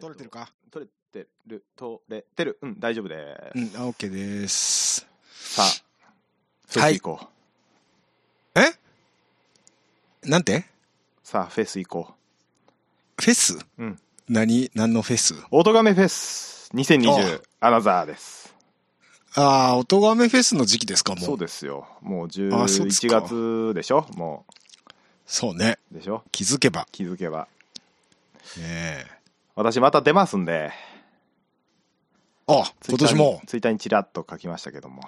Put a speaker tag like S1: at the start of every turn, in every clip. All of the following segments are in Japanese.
S1: 取れてるか
S2: 取れてる、取れてる。うん、大丈夫で
S1: うん、あ OK です。
S2: す。さあ、フェ
S1: は
S2: ス
S1: い
S2: 行こう。
S1: えなんて
S2: さあ、フェス行こ
S1: フェス
S2: う。うん。
S1: 何何のフェス
S2: オトガメフェス2020
S1: お
S2: アナザーです。
S1: ああ、おとがめフェスの時期ですか、もう。
S2: そうですよ。もう
S1: あそうっす
S2: 11
S1: か
S2: 月でしょも
S1: そうね。
S2: う。でしょ
S1: 気づけば。
S2: 気づけば。
S1: ねえ。
S2: 私また出ますんで。
S1: あ、今年も。
S2: ツイッターにちらっと書きましたけども。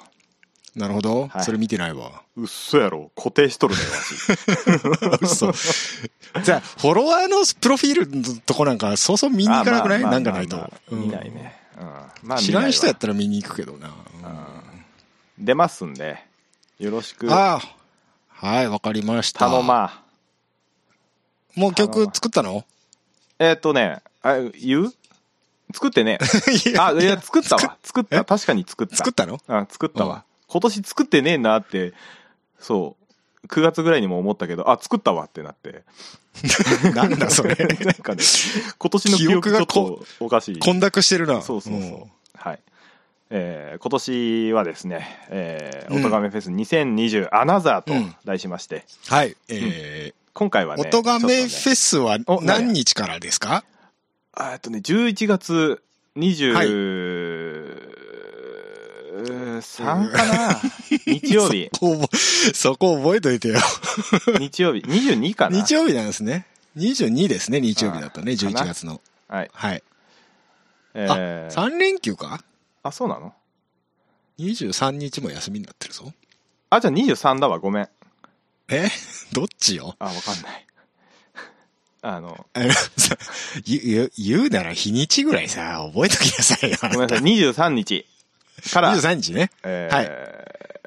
S1: なるほど、
S2: はい
S1: それ見てないわ。
S2: うっそやろ。固定しとるね、わし。
S1: 嘘。 じゃあ、フォロワーのプロフィールのとこなんか、そうそう見に行かなくない、
S2: あまあ
S1: なんかないと
S2: まあま。あ
S1: うん
S2: 見ないね。うん。まあ
S1: 知らん人やっ
S2: 見
S1: たら見に行くけどな。
S2: ないわうん出ますんで、よろしく。
S1: ああ、はい、わかりました。
S2: 頼ま。
S1: もう曲
S2: 頼ま
S1: 作ったの
S2: えーっとね、あ、言う作ってね。あ、いや、作ったわ。作った。
S1: え
S2: 確かに作った。
S1: 作ったの
S2: あ、作った
S1: うん
S2: わ。今年作ってねえなって、そう、9月ぐらいにも思ったけど、あ、作ったわってなって。
S1: なんだそ れ。
S2: なんかね、今年の記憶がち
S1: 記憶
S2: ょっとおかしい。
S1: 混濁してるな。。
S2: そうそうそうんはい。えー今年はですね、えー、
S1: うん
S2: おとがめフェス2020アナザーと
S1: うん
S2: 題しまして、
S1: はい。え
S2: 今回は
S1: ー、
S2: ね、
S1: 音がめフ
S2: ちょっとね
S1: ェスは
S2: お
S1: 何日からですか
S2: あーえっとね、11月23、
S1: はい
S2: か な日曜日、
S1: そこ覚えそこ覚えといてよ。
S2: 日曜日、22かな
S1: 日曜日なんですね。22ですね、日曜日だったね、
S2: あー
S1: 11
S2: かな
S1: 月の。
S2: はい。
S1: はい。
S2: えー、
S1: 3連休か
S2: あ、そうなの
S1: ?23 日も休みになってるぞ。
S2: あ、じゃあ23だわ、ごめん。
S1: え どっちよ
S2: あ、わかんない。 あの、
S1: あのさ言う言う言うなら日にちぐらいさ、覚えときなさいよ。
S2: ご
S1: あ
S2: めん
S1: な
S2: な
S1: た
S2: さい、23日から、
S1: 23日ね。
S2: えー
S1: はい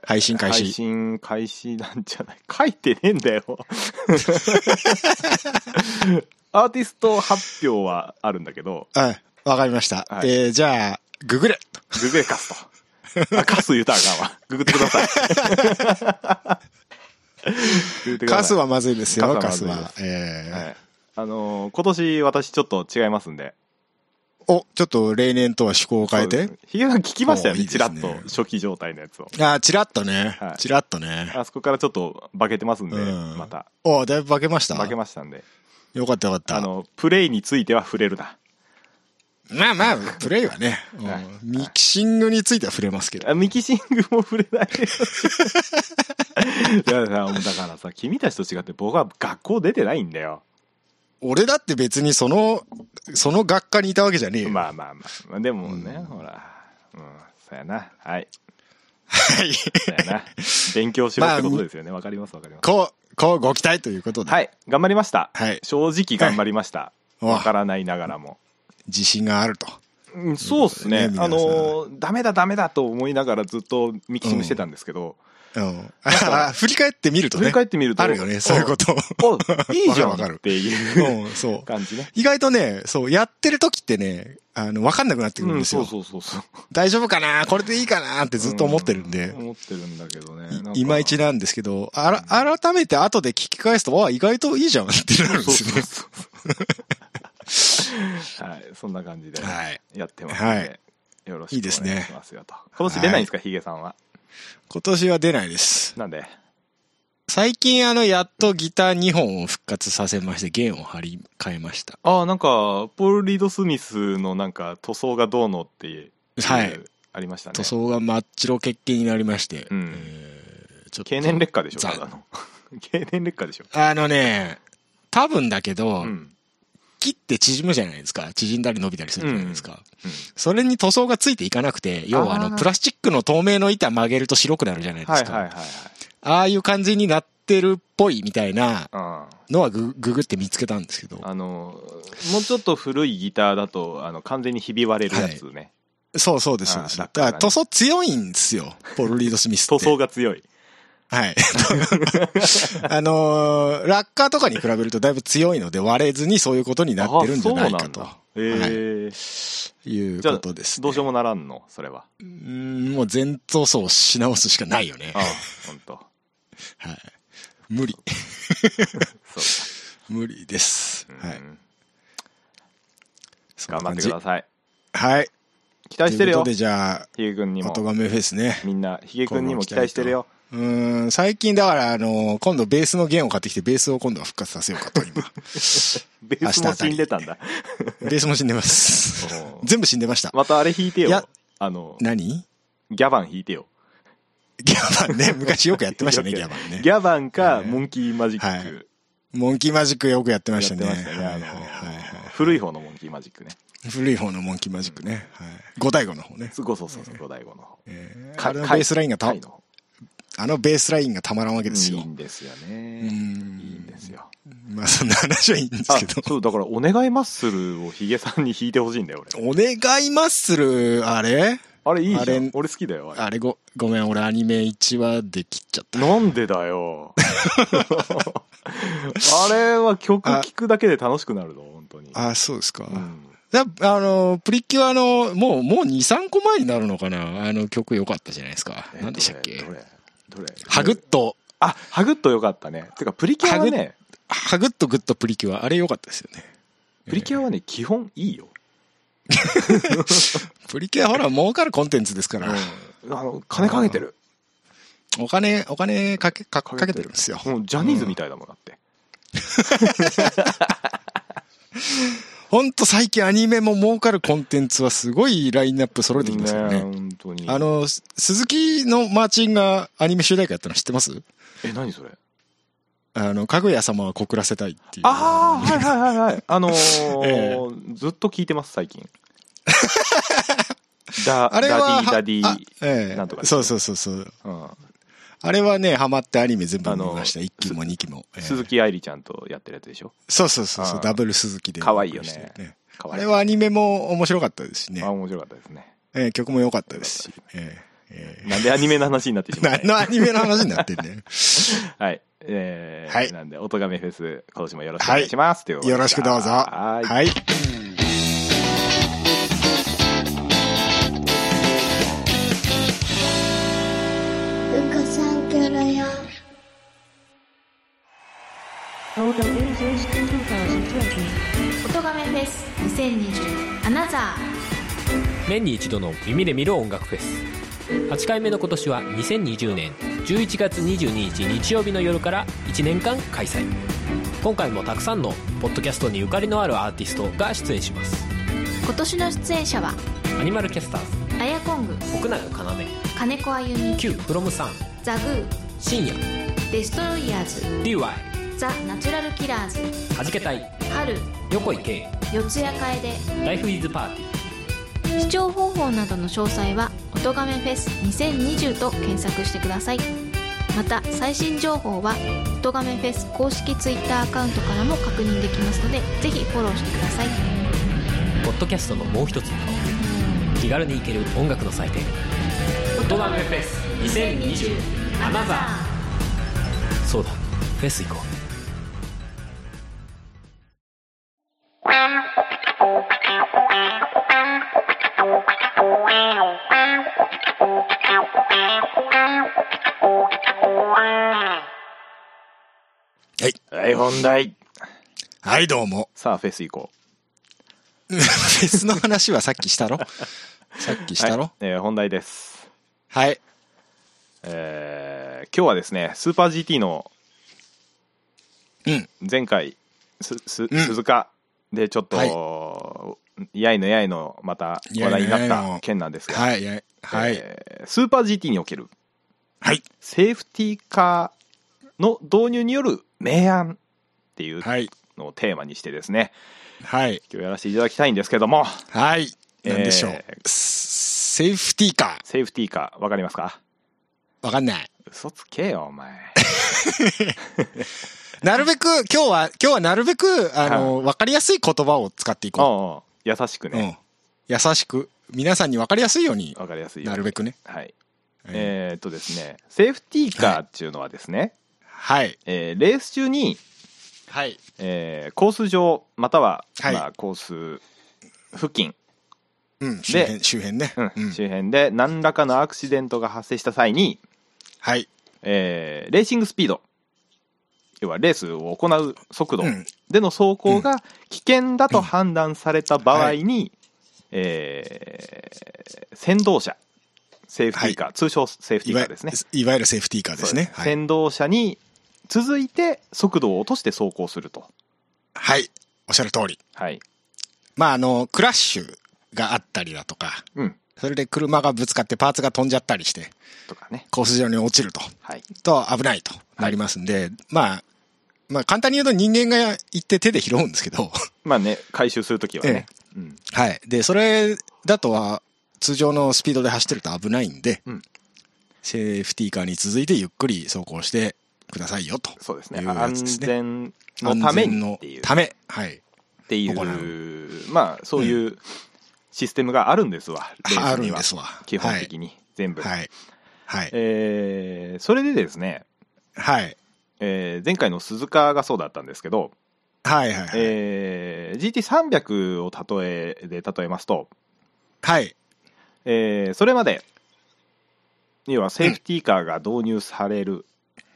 S1: 配信開
S2: 配
S1: 始。
S2: 信開始なんじゃない 書いてねえん だよ。アーティスト発表はあるんだけど、
S1: うん、わかりました。
S2: はい
S1: えーじゃあ、ググれ。
S2: ググレカスと。あ、カス言うたらあかんわ。ググってください。ググってください
S1: カス。はまずいですよ、カ
S2: カ
S1: ス
S2: ス
S1: は。
S2: はま
S1: えー
S2: はいあのー今年私ちょっと違いますんで。
S1: お、ちょっと例年とは趣向を変えて。
S2: ヒゲさん聞きましたよ
S1: お
S2: ね、
S1: いい
S2: ち
S1: ですね
S2: らっと初期状態のやつを。
S1: あー、チラッとね
S2: は。い
S1: チラッとね。
S2: あそこからちょっと化けてますんで、
S1: うん
S2: また。
S1: おだいぶ化けました。
S2: 化けましたんで。
S1: よかったよかっ
S2: あ
S1: た。
S2: の、プレイについては触れるな。
S1: まあまあ、プレイはね、うん
S2: はい
S1: ミキシングについては触れますけど。
S2: あミキシングも触れない。いやだからさ、君たちと違って僕は学校出てないんだよ。
S1: 俺だって別にその、その学科にいたわけじゃねえよ。
S2: まあまあまあまあ。でもね、
S1: うん
S2: ほら。うん、そうやな。はい。
S1: はい。
S2: そうやな。勉強しろってことですよね。わかりますわかります。
S1: こう、こうご期待ということで。
S2: はい。頑張りました。
S1: はい
S2: 正直頑張りました。
S1: はい
S2: わからないながらも。
S1: 自信があると。
S2: うんそうっすね。
S1: ね
S2: あのー、ダメだダメだと思いながらずっとミキシングしてたんですけど、
S1: うん。
S2: か
S1: 振り返ってみると
S2: 振
S1: ね
S2: り。返ってみると。
S1: あるよね、そういう こと。
S2: と。お、いいじゃん
S1: わかるわかる
S2: っていう
S1: うん、そう。
S2: 感じね。
S1: 意外とね、そう、やってる時ってね、あの、わかんなくなってくるん
S2: う
S1: で
S2: ん、
S1: す
S2: そ
S1: よ。
S2: うそうそうそう。
S1: 大丈夫かなこれでいいかなってずっと思ってるんで、
S2: う思ってるんだけどね
S1: い
S2: なんか
S1: いまいちなんですけど、あら、改めて後で聞き返すと、あ、意外といいじゃんってなるんで
S2: そう
S1: す
S2: そう
S1: ね。
S2: そう はいそんな感じで
S1: はい。
S2: やってますので、
S1: はい
S2: よろ
S1: い
S2: し
S1: いで
S2: く
S1: す
S2: お願い
S1: ね
S2: しますよと今年出ないんですか、ヒゲさんは
S1: 今年は出ないです。
S2: なんで
S1: 最近あの、やっとギター2本を復活させまして、弦を張り替えました。
S2: ああなんかポール・リード・スミスのなんか塗装がどうのっていう
S1: はい
S2: ありましたね
S1: 塗装が真っ白欠形になりまして、
S2: うん
S1: えーちょっと
S2: 経年劣化でしょ
S1: ざ
S2: ただの 経年劣化でしょ
S1: あのね、多分だけど、
S2: うん
S1: 切って縮むじゃないですか。縮んだり伸びたりするじゃないですか。
S2: うん
S1: それに塗装がついていかなくて、要はあ
S2: あ
S1: の、
S2: ー
S1: プラスチックの透明の板曲げると白くなるじゃないで
S2: は
S1: す
S2: い
S1: か。
S2: はいはいはい
S1: ああいう感じになってるっぽいみたいな
S2: あ
S1: のはグググって見つけたんですけど。
S2: あのもうちょっと古いギターだとあの完全にひび割れるやつね、
S1: そうそうです。
S2: あー
S1: そうですだ
S2: だから
S1: から塗装強いんですよ。ポール・リード・スミスって。
S2: 塗装が強い
S1: はい。 あのーラッカーとかに比べるとだいぶ強いので割れずにそういうことになってるんじゃないかと
S2: あそうなんだへえ
S1: いう
S2: じゃあ
S1: ことです、ね。
S2: どうしようもならんのそれは
S1: うーんもう全塗装し直すしかないよね
S2: あ。あ本当
S1: はい。無理。
S2: そう
S1: 無理です。
S2: か、
S1: はい。
S2: うん
S1: そん
S2: 頑
S1: な
S2: 張っ
S1: 感
S2: て
S1: じ
S2: ください。
S1: はい。
S2: 期待してる
S1: という
S2: よ
S1: ことで、。じゃあ、
S2: ヒゲ君に
S1: お
S2: も
S1: と。がめフェスね。
S2: みんな、ヒゲ君にも期待してるよ。
S1: うーん、最近だから、あの、今度ベースの弦を買ってきて、ベースを今度は復活させようかと、 今。
S2: ベースも死んでたんだ。
S1: ベースも死んでます
S2: おー。
S1: 全部死んでました。
S2: またあれ弾いて
S1: いや
S2: よ。あの、
S1: 何
S2: ギャバン弾いてよ。
S1: ギャバンね。昔よくやってましたね、ギャバンね
S2: ギ。ャバンか、
S1: ね
S2: モンキーマジッ
S1: は
S2: ク。
S1: モンキーマジックよくやって
S2: や
S1: ま
S2: っ
S1: してた
S2: ま
S1: ね。
S2: したね。あ
S1: はいはい
S2: の
S1: はいは、
S2: 古い方のモンキーマジックね。
S1: い古い方のモンキーマジックね。はい。5対5の方ね。
S2: そうそうそうそう、五代五の方。
S1: えー
S2: か
S1: あのベースラインがた
S2: 回、の方
S1: あのベースラインがたまらんわけです
S2: い
S1: よ
S2: い。んですよ
S1: う
S2: ね。い
S1: ー
S2: いん
S1: ん
S2: で。すよ。
S1: まあそんな話はいいんです
S2: あ
S1: けど。、
S2: そう、だから、お願いマッスルをヒゲさんに弾いてほしいんだよ、俺。
S1: お願いマッスル、あれ
S2: あれいい
S1: あ
S2: じゃん
S1: れ。
S2: 俺好きだよ、あ
S1: あれご、ごめん、俺アニメ1話で切っちゃった
S2: れ。。なんでだ よ。あれは曲聴くだけで楽しくなるの、本当に。
S1: あ、そうですか。
S2: うん
S1: だあの、プリキュアの、もう、もう2、3個前になるのかなあの曲良かったじゃないですか。何でしたっけ
S2: どれどれ
S1: ハグッと、
S2: あ、ハグッとよかったね。てか、プリキュアはね、
S1: ハグッとグッとプリキュア。あれ良かったですよね。
S2: プリキュアはね、基本いいよ。
S1: プリキュアほら、儲かるコンテンツですから。
S2: うんあの、金かけてる。
S1: お金、お金かけ、かかけてるんですよ。
S2: もうジャニーズみたいだもんだって。
S1: ほんと最近アニメも儲かるコンテンツはすごいラインナップ揃えてきますよね。
S2: 本当に。
S1: あの、す鈴木のマーチンがアニメ主題歌やったの知ってます
S2: え、何それ
S1: あの、かぐや様は告らせたいっていう。
S2: ああ、はいはいはいは い。あのー
S1: え
S2: ずっと聞いてます、最 近。ダ
S1: あれはは、
S2: ダディ、ダディ、
S1: あえ
S2: なんとか
S1: え。そうそうそうそう。
S2: うん
S1: あれはね、ハマってアニメ全部
S2: あの
S1: 見ました。1期も2期も。ええ
S2: 鈴木愛理ちゃんとやってるやつでしょ。
S1: そうそうそうそう
S2: あ、ー
S1: ダブル鈴木で。
S2: かわいいよね。かわ
S1: あ
S2: いい
S1: れはアニメも面白かったですしね
S2: あ、。面白かったですね。
S1: ええ曲も良かったですし。ええええ
S2: なんでアニメの話になってしまった
S1: 何のアニメの話になってんね
S2: はい。えー
S1: はい
S2: なんで、おとがめフェス、今年もよろしくお願いします。ということで
S1: よろしくどう ぞ。
S2: はーい。
S1: はい。
S3: うかさんキャラや
S4: Total English 2020.
S5: 音がめフェス2020アナザー
S6: 年に一度の耳で見る音楽フェス8回目の今年は2020年11月22日日曜日の夜から1年間開催今回もたくさんのポッドキャストにゆかりのあるアーティストが出演します
S5: 今年の出演者は
S6: アニマルキャスターズ
S5: アヤコング
S6: 奥永要
S5: 金子あゆみ
S6: Q フロムサン
S5: ザグー
S6: 深夜
S5: デストロイヤーズ
S6: DY は
S5: ザ・ナチュラルキラーズ
S6: じけたい
S5: 春
S6: 横井圭
S5: 四谷楓
S6: ライフイズパーティー
S5: 視聴方法などの詳細は「音がめフェス2020」と検索してくださいまた最新情報は「音がめフェス」公式 Twitter アカウントからも確認できますのでぜひフォローしてください
S6: ポッドキャストのもう一つの顔気軽に行ける音楽の祭典音楽フェス2020アナザーそうだフェス行こう
S2: はい、本題。
S1: はい、どうも。
S2: さあ、フェス行こう。
S1: フェスの話はさっきした ろさっきした
S2: はい
S1: ろ
S2: えー本題です。
S1: はい。
S2: えー今日はですね、スーパー GT の
S1: うん。
S2: 前回、す、す、
S1: ん
S2: 鈴鹿でちょっと、
S1: は
S2: やいのやいの、また話題にな
S1: や
S2: っ
S1: いのやい
S2: た
S1: の
S2: 件なんですが、
S1: はい、はい。はい。
S2: えースーパー GT における
S1: はい。
S2: セーフティーカーの導入による明暗っていう
S1: はい。
S2: のをテーマにしてですね、
S1: はい。
S2: 今日やらせていただきたいんですけども、
S1: はい。なんでしょう
S2: え。
S1: セーフティーカ
S2: セーフティーカー、わかりますか
S1: ー。わかんない。
S2: 嘘つけよ、お 前。
S1: なるべく、今日は、今日はなるべく、あの、わかりやすい言葉を使ってい
S2: おうお
S1: こ
S2: う優しく
S1: う。うん
S2: ね。。
S1: 優しく、皆さんにわかりやすいように、
S2: わかりやすいよ。
S1: なるべくね。
S2: はい。
S1: えー
S2: えーっとですね、セーフティーカーっていうのはですね、
S1: はい。
S2: えーレース中に、
S1: はい。
S2: えーコース上、または、
S1: はい
S2: まあ、コース付近、
S1: うん。周辺、周辺ね。
S2: うん
S1: うん。
S2: 周辺で何らかのアクシデントが発生した際に、
S1: はい。
S2: えーレーシングスピード、要はレースを行う速度
S1: うん
S2: での走行が危険だと判断された場合に、えー先導車、セーフティーカー、通称セーフティ
S1: い
S2: ー
S1: わ
S2: カ
S1: ゆ
S2: ー
S1: る
S2: ですね。
S1: いわゆるセーフティーカーですね。
S2: そう
S1: はい。
S2: 先導車に続いて速度を落として走行すると。
S1: はい。おっしゃる通り。
S2: はい。
S1: まあ、あの、クラッシュがあったりだとか、
S2: うん。
S1: それで車がぶつかってパーツが飛んじゃったりして、
S2: とかね。
S1: コース上に落ちると、
S2: はい。
S1: と危ないとなりますんで、まあ、まあ簡単に言うと人間が行って手で拾うんですけど、
S2: まあね、回収するときはね。うん。
S1: はい。で、それだとは通常のスピードで走ってると危ないんで、
S2: うん
S1: セーフティーカーに続いてゆっくり走行してくださいよと。
S2: そうですね。
S1: いうや
S2: 安
S1: つですね
S2: 全のため
S1: 安全
S2: に
S1: の
S2: っていう。
S1: ため。はい。
S2: ってい
S1: 行
S2: う、まあ、そういううシステムがあるんですわ、レースには
S1: あるんですわ。
S2: 基本的に、全部。
S1: はい。はい。
S2: えーそれでですね、
S1: はい。
S2: えー前回の鈴鹿がそうだったんですけど、
S1: はい。はい。はい。
S2: えー GT300 を例えで例えますと、
S1: はい。
S2: えーそれまで、要はセーフティーカーが導入される、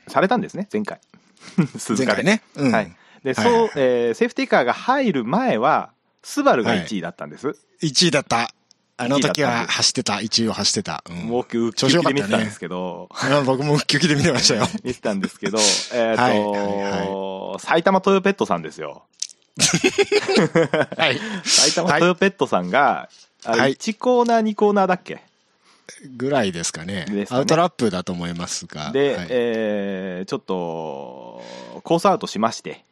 S2: されたんですね、前回。 鈴鹿
S1: 前
S2: で
S1: 回。ね。うん。
S2: はいで、
S1: はいはい
S2: そ
S1: は
S2: う
S1: い、
S2: えーセーフティーカーが入る前は、スバルが1位だったんです。
S1: 1位だった。あの時
S2: 1位だったん
S1: は
S2: で
S1: 走ってた。1位を走ってた。うん
S2: もう僕、ウッキウ
S1: 調子
S2: キ
S1: よか
S2: で見
S1: った
S2: てたん
S1: ね
S2: ですけど、
S1: うん僕もウッキウキで見てましたよ。
S2: 見てたんですけ ど、えっと、
S1: はいは
S2: 埼玉トヨペットさんですよ。
S1: はい。
S2: 埼玉トヨペットさんが、あ
S1: はい
S2: 1コーナー、2コーナーだっけ
S1: ぐらいですかね。
S2: ですかね
S1: アウトラップだと思いますが。
S2: で、
S1: はい
S2: えーちょっと、コースアウトしまして、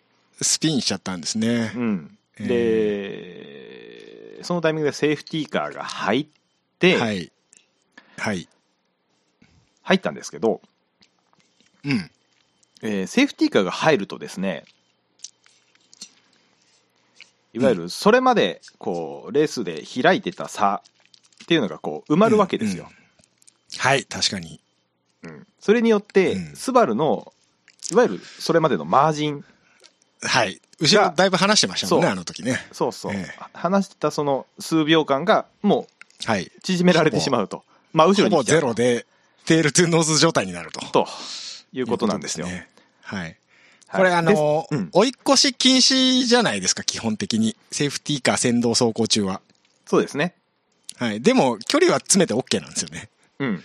S1: スピンしちゃったんですね
S2: う。ん。で、そのタイミングでセーフティーカーが入って、
S1: はい。はい。
S2: 入ったんですけど、
S1: うん。
S2: えーセーフティーカーが入るとですね、いわゆるそれまでこうレースで開いてた差っていうのがこう埋まるわけですよ。
S1: はい、確かに。
S2: うんそれによって、
S1: うん
S2: スバルのいわゆるそれまでのマージン、
S1: はい。後ろ
S2: が
S1: だいぶ話してましたもんね、
S2: そう
S1: あの時ね。
S2: そうそう、
S1: ええ
S2: 話してたその数秒間がも
S1: はい。
S2: う縮められてしまうと、まあ後ろ
S1: ほ
S2: に
S1: ぼ
S2: 来ちゃ
S1: ゼ
S2: う
S1: ロで、テールトゥーノーズ状態になると。
S2: ということなんですよ。
S1: いうことねはい。
S2: はい
S1: これあの
S2: でうん、
S1: 追い越し禁止じゃないですか、基本的に。セーフティーカー先導走行中は。
S2: そうですね。
S1: はい。でも、距離は詰めて OK なんですよね。
S2: うん。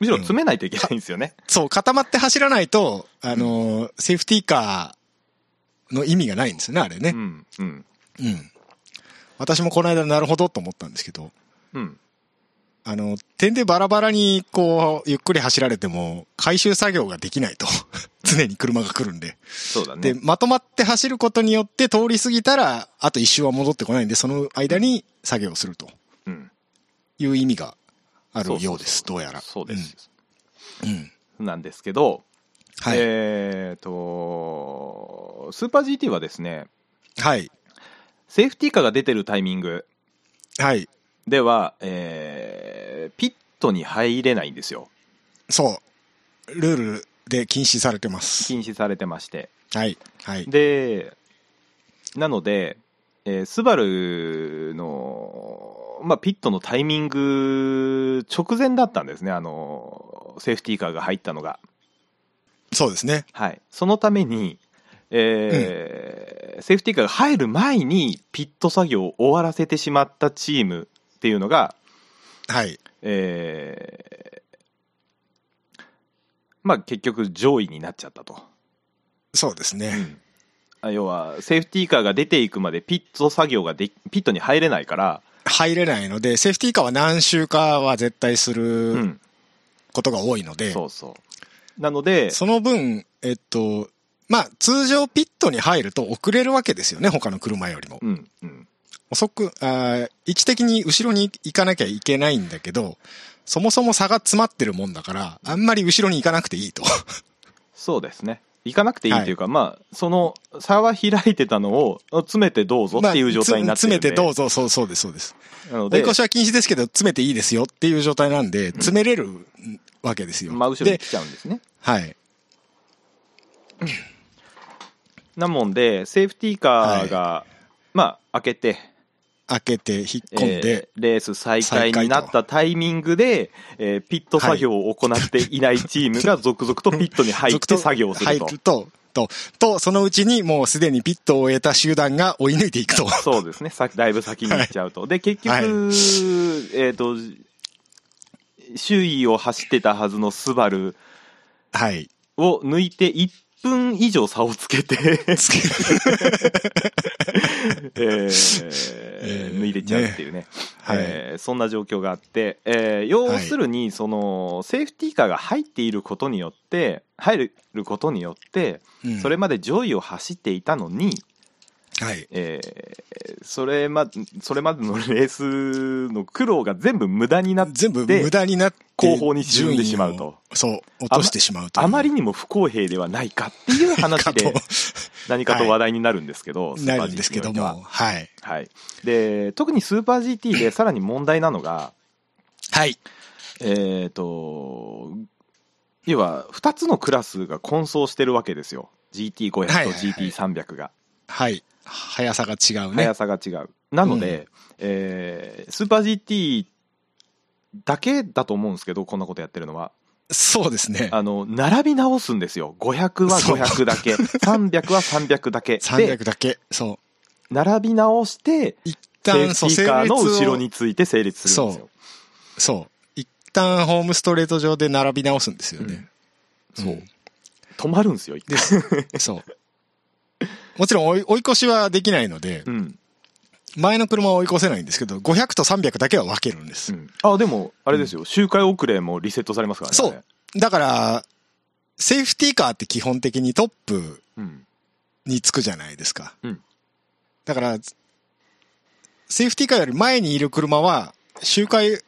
S2: むしろ詰めないといけないんですよね。
S1: そう、固まって走らないと、あの、セーフティーカーの意味がないんですよね、あれね
S2: う。ん。うん。
S1: うん。私もこの間なるほどと思ったんですけど、
S2: うん。
S1: あの、点でバラバラにこう、ゆっくり走られても、回収作業ができないと。 常に車が来るんで。
S2: そうだね。
S1: で、まとまって走ることによって通り過ぎたら、あと一周は戻ってこないんで、その間に作業をすると
S2: うん。
S1: いう意味があるようです、どうやら。
S2: そうです。
S1: うん。うん。
S2: なんですけど、
S1: はい。
S2: えっ、と、スーパー GT はですね、
S1: はい。
S2: セーフティーカーが出てるタイミング
S1: はい。
S2: では、えーピットに入れないんですよ。
S1: そう。ルールで禁止されてます。
S2: 禁止されてまして。
S1: はい。はい。
S2: で、なので、えースバルの、まあ、ピットのタイミング直前だったんですね、あの、セーフティーカーが入ったのが。
S1: そうですね。
S2: はい、そのために、えーセーフティーカーが入る前にピット作業を終わらせてしまったチームっていうのが、
S1: はい。
S2: えーまあ、結局上位になっちゃったと。
S1: そうですね。
S2: あ要はセーフティーカーが出ていくまでピット作業ができピットに入れないから、
S1: 入れないので、セーフティーカーは何周かは絶対す
S2: う
S1: る
S2: ん
S1: ことが多いので、
S2: そうそうなので
S1: その分、えっと、まあ、通常ピットに入ると遅れるわけですよね、他の車よりも。
S2: うんうん、
S1: 遅く、あー位置的に後ろに行かなきゃいけないんだけど、そもそも差が詰まってるもんだから、あんまり後ろに行かなくていいと。
S2: そうですね行かなくていいというか、まあその差は開いてたのを詰めてどうぞっていう状態になってるん
S1: ま
S2: で、
S1: あつ詰めてどうぞ、そうそうです、そうです。
S2: なの
S1: 追い
S2: で
S1: 越しは禁止ですけど、詰めていいですよっていう状態なんで、詰めれるわけですよ。
S2: 真後ろに
S1: で、
S2: 来ちゃうんですね。
S1: はい。
S2: なもんで、セーフティーカーが、まあ、開けて、
S1: 開けて、引っ
S2: え
S1: 込んで、
S2: ーレース再開になったタイミングで、えーピット作業を行っていないチームが続々とピットに入っ
S1: 続
S2: て
S1: 々
S2: 作業すると
S1: 入。ると、と、と、そのうちにもうすでにピットを終えた集団が追い抜いていくと。
S2: そうですね、さだいぶ先に行っちゃうと。で、結局、
S1: はい
S2: えっ、と、周囲を走ってたはずのスバル
S1: はい。
S2: を抜いて1分以上差をつけて、え
S1: つけ
S2: ー
S1: ー
S2: 抜いれちゃうっていうね。
S1: はい。
S2: えーそんな状況があって、えー要するにその、セーフティーカーが入っていることによって入ることによって
S1: うん
S2: それまで上位を走っていたのに、
S1: はい。
S2: えーそれまそれまでのレースの苦労が全部無駄になって
S1: 全部無駄になって、
S2: 後方に沈んでしまうと
S1: 順位を。そう、落としてしまうという。
S2: あまりにも不公平ではないかっていう話
S1: かと
S2: で何かと話題になるんですけど、スーパ
S1: な
S2: ー
S1: るんですけ
S2: GT
S1: ど
S2: においては
S1: も。はい。
S2: はい、で特にスーパー GT でさらに問題なのが
S1: はい。
S2: えー、と、要は2つのクラスが混走してるわけですよ。GT500 と
S1: はいはいはい
S2: GT300 が。
S1: はい。速さが違うね
S2: 速。さが違う。なので、えースーパー GT だけだと思うんですけど、こんなことやってるのは。
S1: そうですね。
S2: あの、並び直すんですよ。500は500だけ、300は300だ け。で、
S1: 300だけ。そう。
S2: 並び直して、
S1: 一
S2: セーフ
S1: 旦、
S2: テ
S1: そう、
S2: ィーカーの後ろ
S1: 整列を
S2: について整列するんですよ。
S1: そう。一旦ホームストレート上で並び直すんですよね。
S2: うんそうん止まるんですよ、一回。
S1: そう。もちろん追い追い越しはできないので
S2: う、ん。
S1: 前の車は追い越せないんですけど、500と300だけは分けるんで
S2: う
S1: す。
S2: んあ、でも、あれですよ。周回遅れもリセットされますからね。
S1: そう
S2: あれ。
S1: だから、セーフティーカーって基本的にトップ
S2: うん。
S1: につくじゃないですか。
S2: うん
S1: だから、セーフティーカーより前にいる車は、周回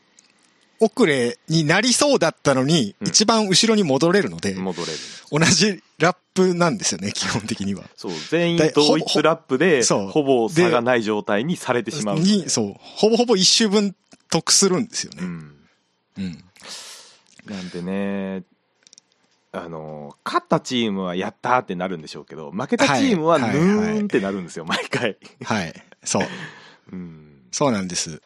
S1: 遅れになりそうだったのに、
S2: うん
S1: 一番後ろに戻れるので、
S2: 戻れる
S1: 同じラップなんですよね、基本的には。
S2: そう全員
S1: で
S2: 同一ラップで
S1: ほほ
S2: ほぼ
S1: そう
S2: 差がない状態にされてしまう
S1: に、そう、ほぼほぼ一周分得するんですよ
S2: う
S1: ね。
S2: ん、
S1: うん。
S2: なんでねあの勝ったチームはやったーってなるんでしょうけど負けたチームはぬ
S1: はいはいはい
S2: ーんってなるんですよ毎回、
S1: はい。そう。
S2: うん、
S1: そうなんです。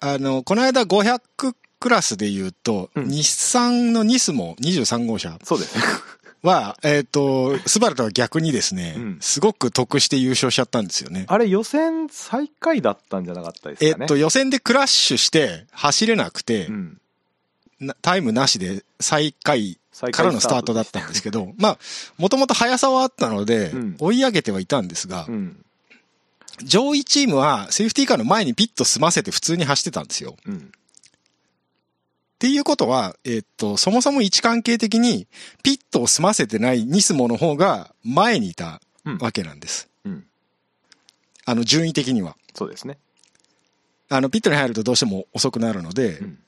S1: あの、この間500クラスで言うと、
S2: うん
S1: 日産のニスモ23号車
S2: そうですね
S1: は、えっ、と、スバルとは逆にですね、
S2: うん
S1: すごく得して優勝しちゃったんですよね。
S2: あれ予選最下位だったんじゃなかったです
S1: えっ
S2: かね
S1: と、予選でクラッシュして走れなくて、
S2: うん、
S1: なタイムなしで最下位
S2: 最
S1: からのスタートだったんですけど、まあ、もともと速さはあったので
S2: うん、
S1: 追い上げてはいたんですが
S2: う、ん
S1: 上位チームはセーフティーカーの前にピット済ませて普通に走ってたんですよ。っ
S2: うん
S1: ていうことは、えっと、そもそも位置関係的に、ピットを済ませてないニスモの方が前にいたわけなんです。
S2: うん
S1: あの、順位的には。
S2: そうですね
S1: あの、ピットに入るとどうしても遅くなるので、
S2: うん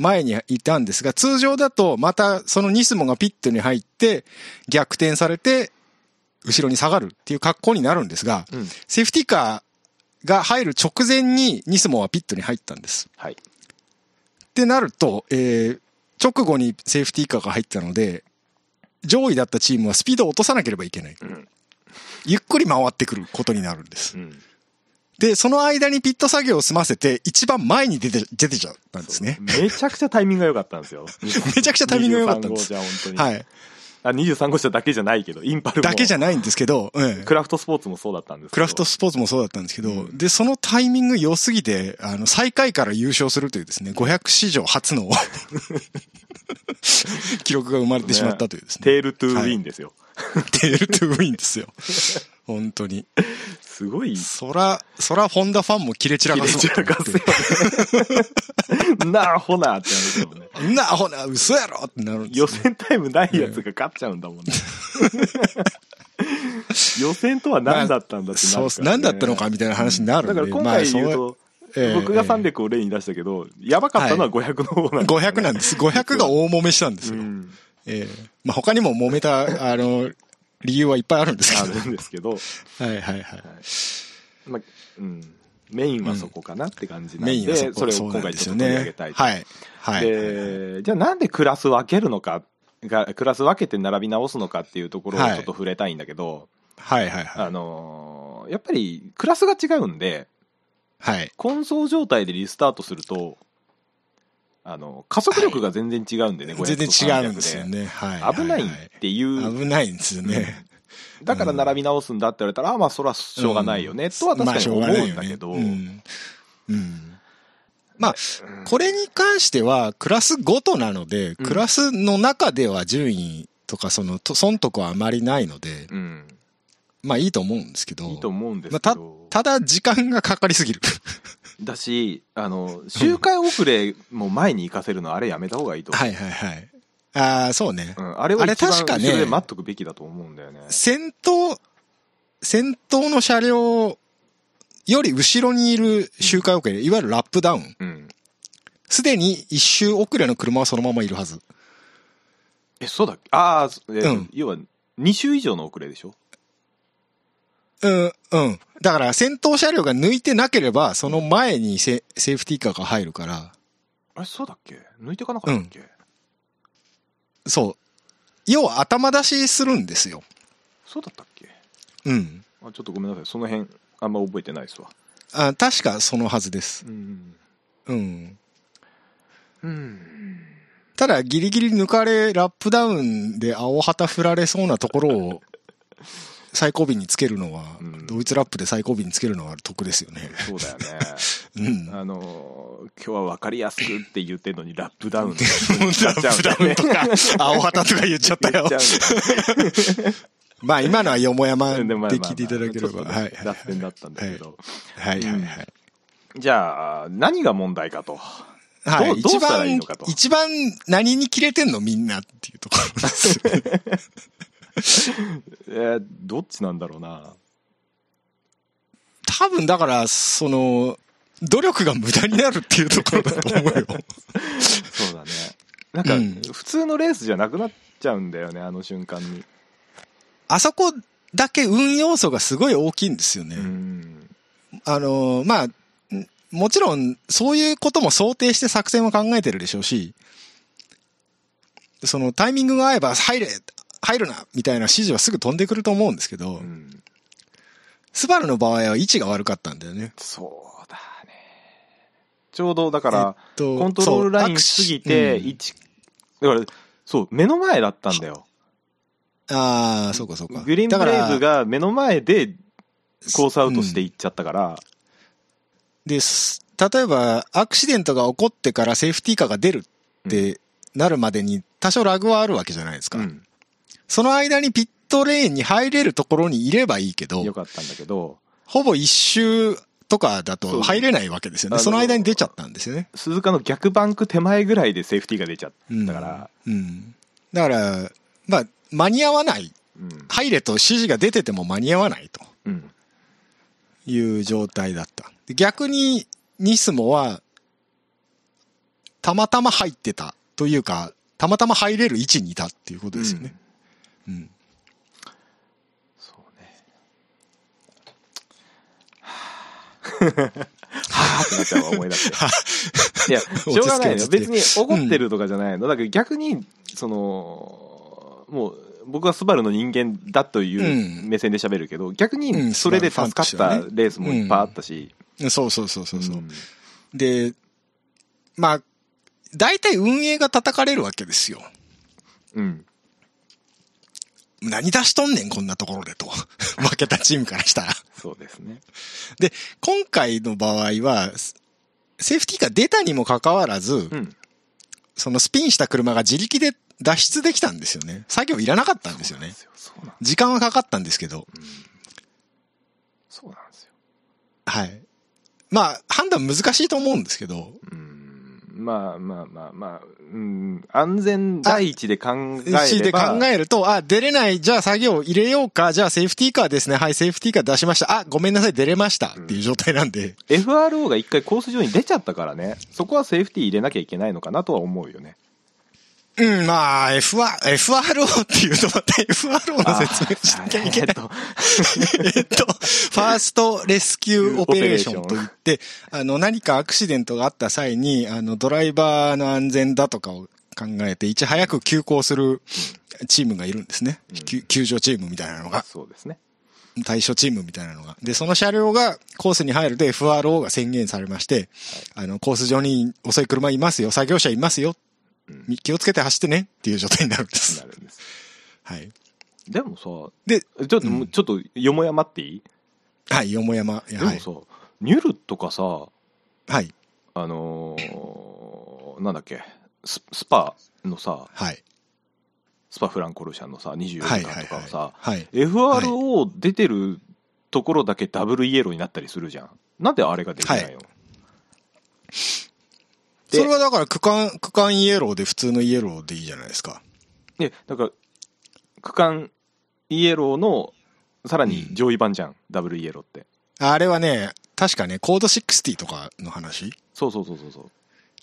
S1: 前にいたんですが、通常だとまたそのニスモがピットに入って逆転されて、後ろに下がるっていう格好になるんですが、
S2: うん
S1: セーフティーカーが入る直前にニスモはピットに入ったんです。
S2: はい
S1: ってなると、えー直後にセーフティーカーが入ったので、上位だったチームはスピードを落とさなければいけない。
S2: ん
S1: ゆっくり回ってくることになるんです。
S2: うん
S1: で、その間にピット作業を済ませて、一番前に出て、出てちゃったんですね。
S2: めちゃくちゃタイミングが良かったんです よ
S1: めちゃくちゃタイミングが良かったんです
S2: 23号車本当に、
S1: はい。
S2: あ23号車だけじゃないけどインパルも
S1: だけじゃないんですけど、うん。
S2: クラフトスポーツもそうだったんですけど
S1: クラフトスポーツもそうだったんですけど、
S2: うん
S1: で、そのタイミング良すぎて、あの、最下位から優勝するというですね、500史上 初の記録が生まれてしまったというですね。
S2: テールトゥーウィンですよ、
S1: テールトゥウィンですよ。 本当に。
S2: すごい
S1: そら、そら、ホンダファンも切れ散ら
S2: 切
S1: か
S2: れ
S1: す
S2: 散
S1: わ
S2: らかすよね なあほなってなるけどね
S1: んな、ほな、嘘やろってなるんです
S2: 予
S1: よ、
S2: 選タイムないやつが勝っちゃうんだもん ね予選とは何だったんだってなるからね
S1: そうっす、何だったのかみたいな話になる
S2: だ
S1: ん
S2: か
S1: で。
S2: ら今回
S1: そう
S2: 言うと、
S1: ええ
S2: 僕が300を例に出したけど、やばかったのは500の方なんですよね
S1: 500なんです。500が大揉めしたんです
S2: う
S1: よ。
S2: ん
S1: ええまあ、他にも揉めた、あの、理由はいっぱいあるんです
S2: あ
S1: け
S2: るんですけど、
S1: ど。はいはいはい。
S2: まあうん、メインはそこかなって感じなん
S1: メイン
S2: で、
S1: はそこ
S2: それを
S1: そう
S2: 今
S1: なん
S2: 回
S1: で
S2: ち
S1: す
S2: ょ
S1: よ
S2: っと取り
S1: ね
S2: 上げたいと
S1: はい。はい。
S2: でじゃあなんでクラス分けるのかがクラス分けて並び直すのかっていうところをちょ
S1: は
S2: っ
S1: い
S2: と触れたいんだけど、
S1: はいはいは
S2: あ
S1: い。
S2: のーやっぱりクラスが違うんで
S1: はい。
S2: 混走状態でリスタートするとあの、加速力が全然違うんでね、500
S1: 全
S2: と300
S1: 然違うんですよね。はい。は
S2: 危ないっていう、
S1: は危ないんですよね。
S2: だから並び直すんだって言われたら、あまあそらしょうがないよね、とは確かに思うんだけど、
S1: まあしょうがないよねうん。うんまあ、これに関しては、クラスごとなので、
S2: うん
S1: クラスの中では順位とか、その、と損得はあまりないので、
S2: うん、
S1: まあいいと思うんですけど、
S2: いいと思うんです
S1: まあ
S2: け
S1: た
S2: ど、
S1: ただ時間がかかりすぎる。
S2: だし、あの、周回遅れも前に行かせるのあれやめた方がいいと思う。
S1: はいはいはい。ああ、そうね
S2: う。ん、あれは
S1: あれ
S2: 一番
S1: 確か
S2: 後ろ
S1: ね
S2: で待っとくべきだと思うんだよね。
S1: 先頭、先頭の車両より後ろにいる周回遅れ、いわゆるラップダウン。
S2: うん。
S1: すでに一周遅れの車はそのままいるはず。
S2: え、そうだっけああ、え
S1: うん
S2: 要は、2周以上の遅れでしょ
S1: うん、うん。だから先頭車両が抜いてなければ、その前にセセーフティーカーが入るから、
S2: あれ、そうだっけ抜いていかなかったっけ、
S1: そう。要は頭出しするんですよ。
S2: そうだったっけ
S1: うん。
S2: あちょっとごめんなさい。その辺、あんま覚えてないですわ。
S1: あ確かそのはずです。
S2: うん。
S1: うん。
S2: うん。
S1: ただギリギリ抜かれラップダウンで青旗振られそうなところを最後尾につけるのは、
S2: うん
S1: 同一ラップで最後尾につけるのは得ですよね。
S2: そうだよね。
S1: うん。
S2: あのー、今日は分かりやすくって言ってんのに、ラップダウン。ラ
S1: ラップダウンとか 青旗とか言っちゃった
S2: 言
S1: よ
S2: っち。ゃ
S1: まあ今のはよもやま
S2: う
S1: で
S2: んでもまあまあまあ
S1: 聞いていただければ。
S2: ちょっとね
S1: はいはい
S2: 脱線だったんだけど。
S1: はいはいはい。
S2: じゃあ、何が問題かと。
S1: は
S2: どうどう
S1: い、一
S2: したらいい
S1: 番
S2: のかと、
S1: 一番何に切れてんのみんなっていうところです。
S2: えーどっちなんだろうな。
S1: 多分だから、その、努力が無駄になるっていうところだと思うよ。
S2: そうだね。なんか、
S1: うん
S2: 普通のレースじゃなくなっちゃうんだよね、あの瞬間に。
S1: あそこだけ運要素がすごい大きいんですよね。
S2: うん。
S1: あの、まあ、んもちろん、そういうことも想定して作戦は考えてるでしょうし、そのタイミングが合えば入れ、入るな、みたいな指示はすぐ飛んでくると思うんですけど、
S2: うん
S1: スバルの場合は位置が悪かったんだよね。
S2: そうだね。ちょうど、だから、
S1: えっと
S2: コントロールライン過ぎて、
S1: そう握手うん
S2: 一だから、そう、目の前だったんだよ。
S1: ああ、そうかそうか。
S2: グリーンブ
S1: だ
S2: レ
S1: か
S2: イブ
S1: ら
S2: が目の前でコースアウトしていっちゃったから、
S1: です。例えば、アクシデントが起こってからセーフティーカーが出るってなるまでに、多少ラグはあるわけじゃないですか。
S2: うん
S1: その間にピットレーンに入れるところにいればいいけど
S2: よ、かったんだけど、
S1: ほぼ一周とかだ
S2: そ
S1: と
S2: う
S1: 入れないわけですよね。
S2: あの
S1: その間に出ちゃったんですよね。
S2: 鈴鹿の逆バンク手前ぐらいでセーフティーが出ちゃ
S1: うん
S2: ったから、
S1: うん。だから、まあ、間に合わない。
S2: うん。
S1: 入れと指示が出てても間に合わないと。
S2: うん
S1: いう状態だった。で逆に、ニスモは、たまたま入ってたというか、たまたま入れる位置にいたっていうことですよね。うん。
S2: そうね。はぁ、はぁってなっちゃうわ、思い出 して。いや、しょうがないのよ。
S1: 落ち着け落ち着け
S2: 別に怒ってるとかじゃないの。だけど逆に、その、もう、僕はスバルの人間だといううん目線で喋るけど、逆
S1: うん
S2: にそれで助かっ
S1: スバル
S2: た
S1: ファンとしてはね
S2: レースもいっぱいあったし、
S1: そうそうそうそうそう、
S2: ん
S1: で、まあ、大体運営が叩かれるわけですよ。
S2: うん。
S1: 何出しとんねん、こんなところでと。 負けたチームからしたら。
S2: そうですね。
S1: で、今回の場合は、セーフティーが出たにもかかわらず、
S2: うん。
S1: そのスピンした車が自力で脱出できたんですよね。作業いらなかったんですよね。
S2: そうなんですよ。
S1: 時間はかかったんですけど、
S2: そうなんですよ。
S1: はい。まあ、判断難しいと思うんですけど、
S2: うん。まあまあまあまあ、うん。安全第一で考えれば。
S1: C で考えると、あ、出れない、じゃあ作業入れようか、じゃあセーフティーカーですね、はい、セーフティーカー出しました、あ、ごめんなさい、出れました、っていう状態なんで、
S2: FRO が一回コース上に出ちゃったからね、そこはセーフティー入れなきゃいけないのかなとは思うよね。
S1: うん、まあ、FR、FRO っていうとまた FRO の説明しなきゃいけない。
S2: あ
S1: えっと、ファーストレスキューオペレーションといって、あの、何かアクシデントがあった際に、あの、ドライバーの安全だとかを考えて、いち早く急行するチームがいるんですね。きゅ救助チームみたいなの
S2: えっと
S1: が。
S2: そうですね。
S1: 対処チームみたいなのが。で、その車両がコースに入るで FRO が宣言されまして、あの、コース上に遅い車いますよ、作業車いますよ、
S2: うん
S1: み気をつけて走ってねっていう状態になるんです
S2: な。るんです
S1: はい。
S2: でもさ
S1: で、
S2: ちょっと、
S1: うん
S2: ちょっとよもやまっていい、
S1: はい、よもやま。
S2: でも
S1: はい。
S2: さニュルとかさ
S1: はい。
S2: あのーなんだっけススパのさ
S1: はい。
S2: スパフランコルシャンのさ24時
S1: はい。は
S2: 間
S1: い。
S2: とかはさ、
S1: はいはい。
S2: FRO 出てるところだけダブルイエローになったりするじゃんなんであれができないの、
S1: それはだから区間、区間イエローで普通のイエローでいいじゃないですか。
S2: でだから区間イエローのさらに上位版じゃん、ダブルイエローって
S1: あれはね、確かね、コード60とかの話
S2: そうそうそうそうそう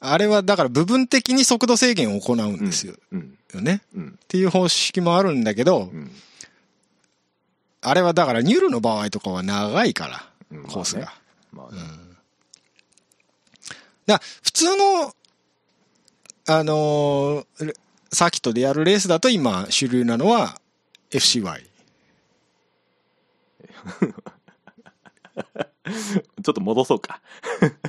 S1: あれはだから部分的に速度制限を行うんですよ,、
S2: うん
S1: ね。っ
S2: うん
S1: ていう方式もあるんだけど、
S2: うん
S1: あれはだからニュルの場合とかは長いから、
S2: うん
S1: コースが。
S2: ままあね
S1: だから普通の、あのーレサーキットでやるレースだと今主流なのは FCY。
S2: ちょっと戻そうか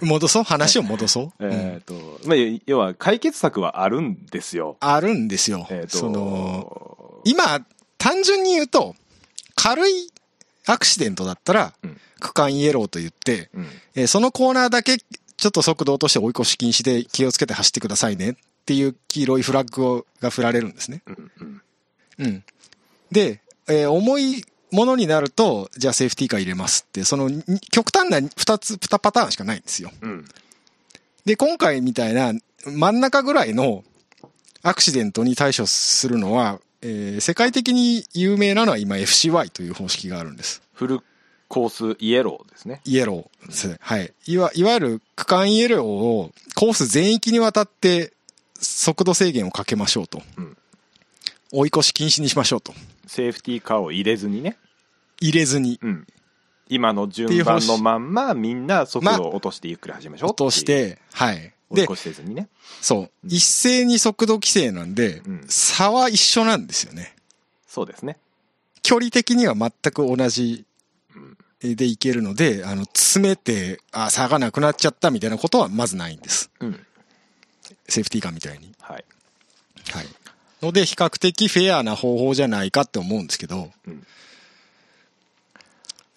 S1: 戻そう話を戻そう、う
S2: え
S1: ん
S2: っと、まあ要は解決策はあるんですよ
S1: あるんですよ。
S2: えっと
S1: その、今、単純に言うと、軽いアクシデントだったら
S2: うん、
S1: 区間イエローと言って、
S2: うん
S1: えーそのコーナーだけ、ちょっと速度落として追い越し禁止で気をつけて走ってくださいねっていう黄色いフラッグをが振られるんですね。
S2: うんうん
S1: うん。で、えー重いものになると、じゃあセーフティーカー入れますって、そのに極端な2つ、2パターンしかないんですよ。
S2: うん
S1: で、今回みたいな真ん中ぐらいのアクシデントに対処するのは、えー世界的に有名なのは今 FCY という方式があるんです。
S2: フルコースイエローですね
S1: イエローですね。はい。いわ、いわゆる区間イエローをコース全域にわたって速度制限をかけましょうと。
S2: うん
S1: 追い越し禁止にしましょうと。
S2: セーフティーカーを入れずにね、
S1: 入れずに
S2: うん、今の順番のまんまみんな速度を落としてゆっくり始めましょう
S1: 落とし
S2: っていう
S1: て、はい。
S2: 追い
S1: で
S2: 越、しせずにね
S1: そう。一斉に速度規制なんで
S2: うん、
S1: 差は一緒なんですよね。
S2: そうですね
S1: 距離的には全く同じ
S2: うん
S1: でいけるので、あの、詰めて、あ、差がなくなっちゃったみたいなことはまずないんです。
S2: うん
S1: セーフティーカーみたいに。
S2: はい
S1: はい。ので、比較的フェアな方法じゃないかって思うんですけど、
S2: うん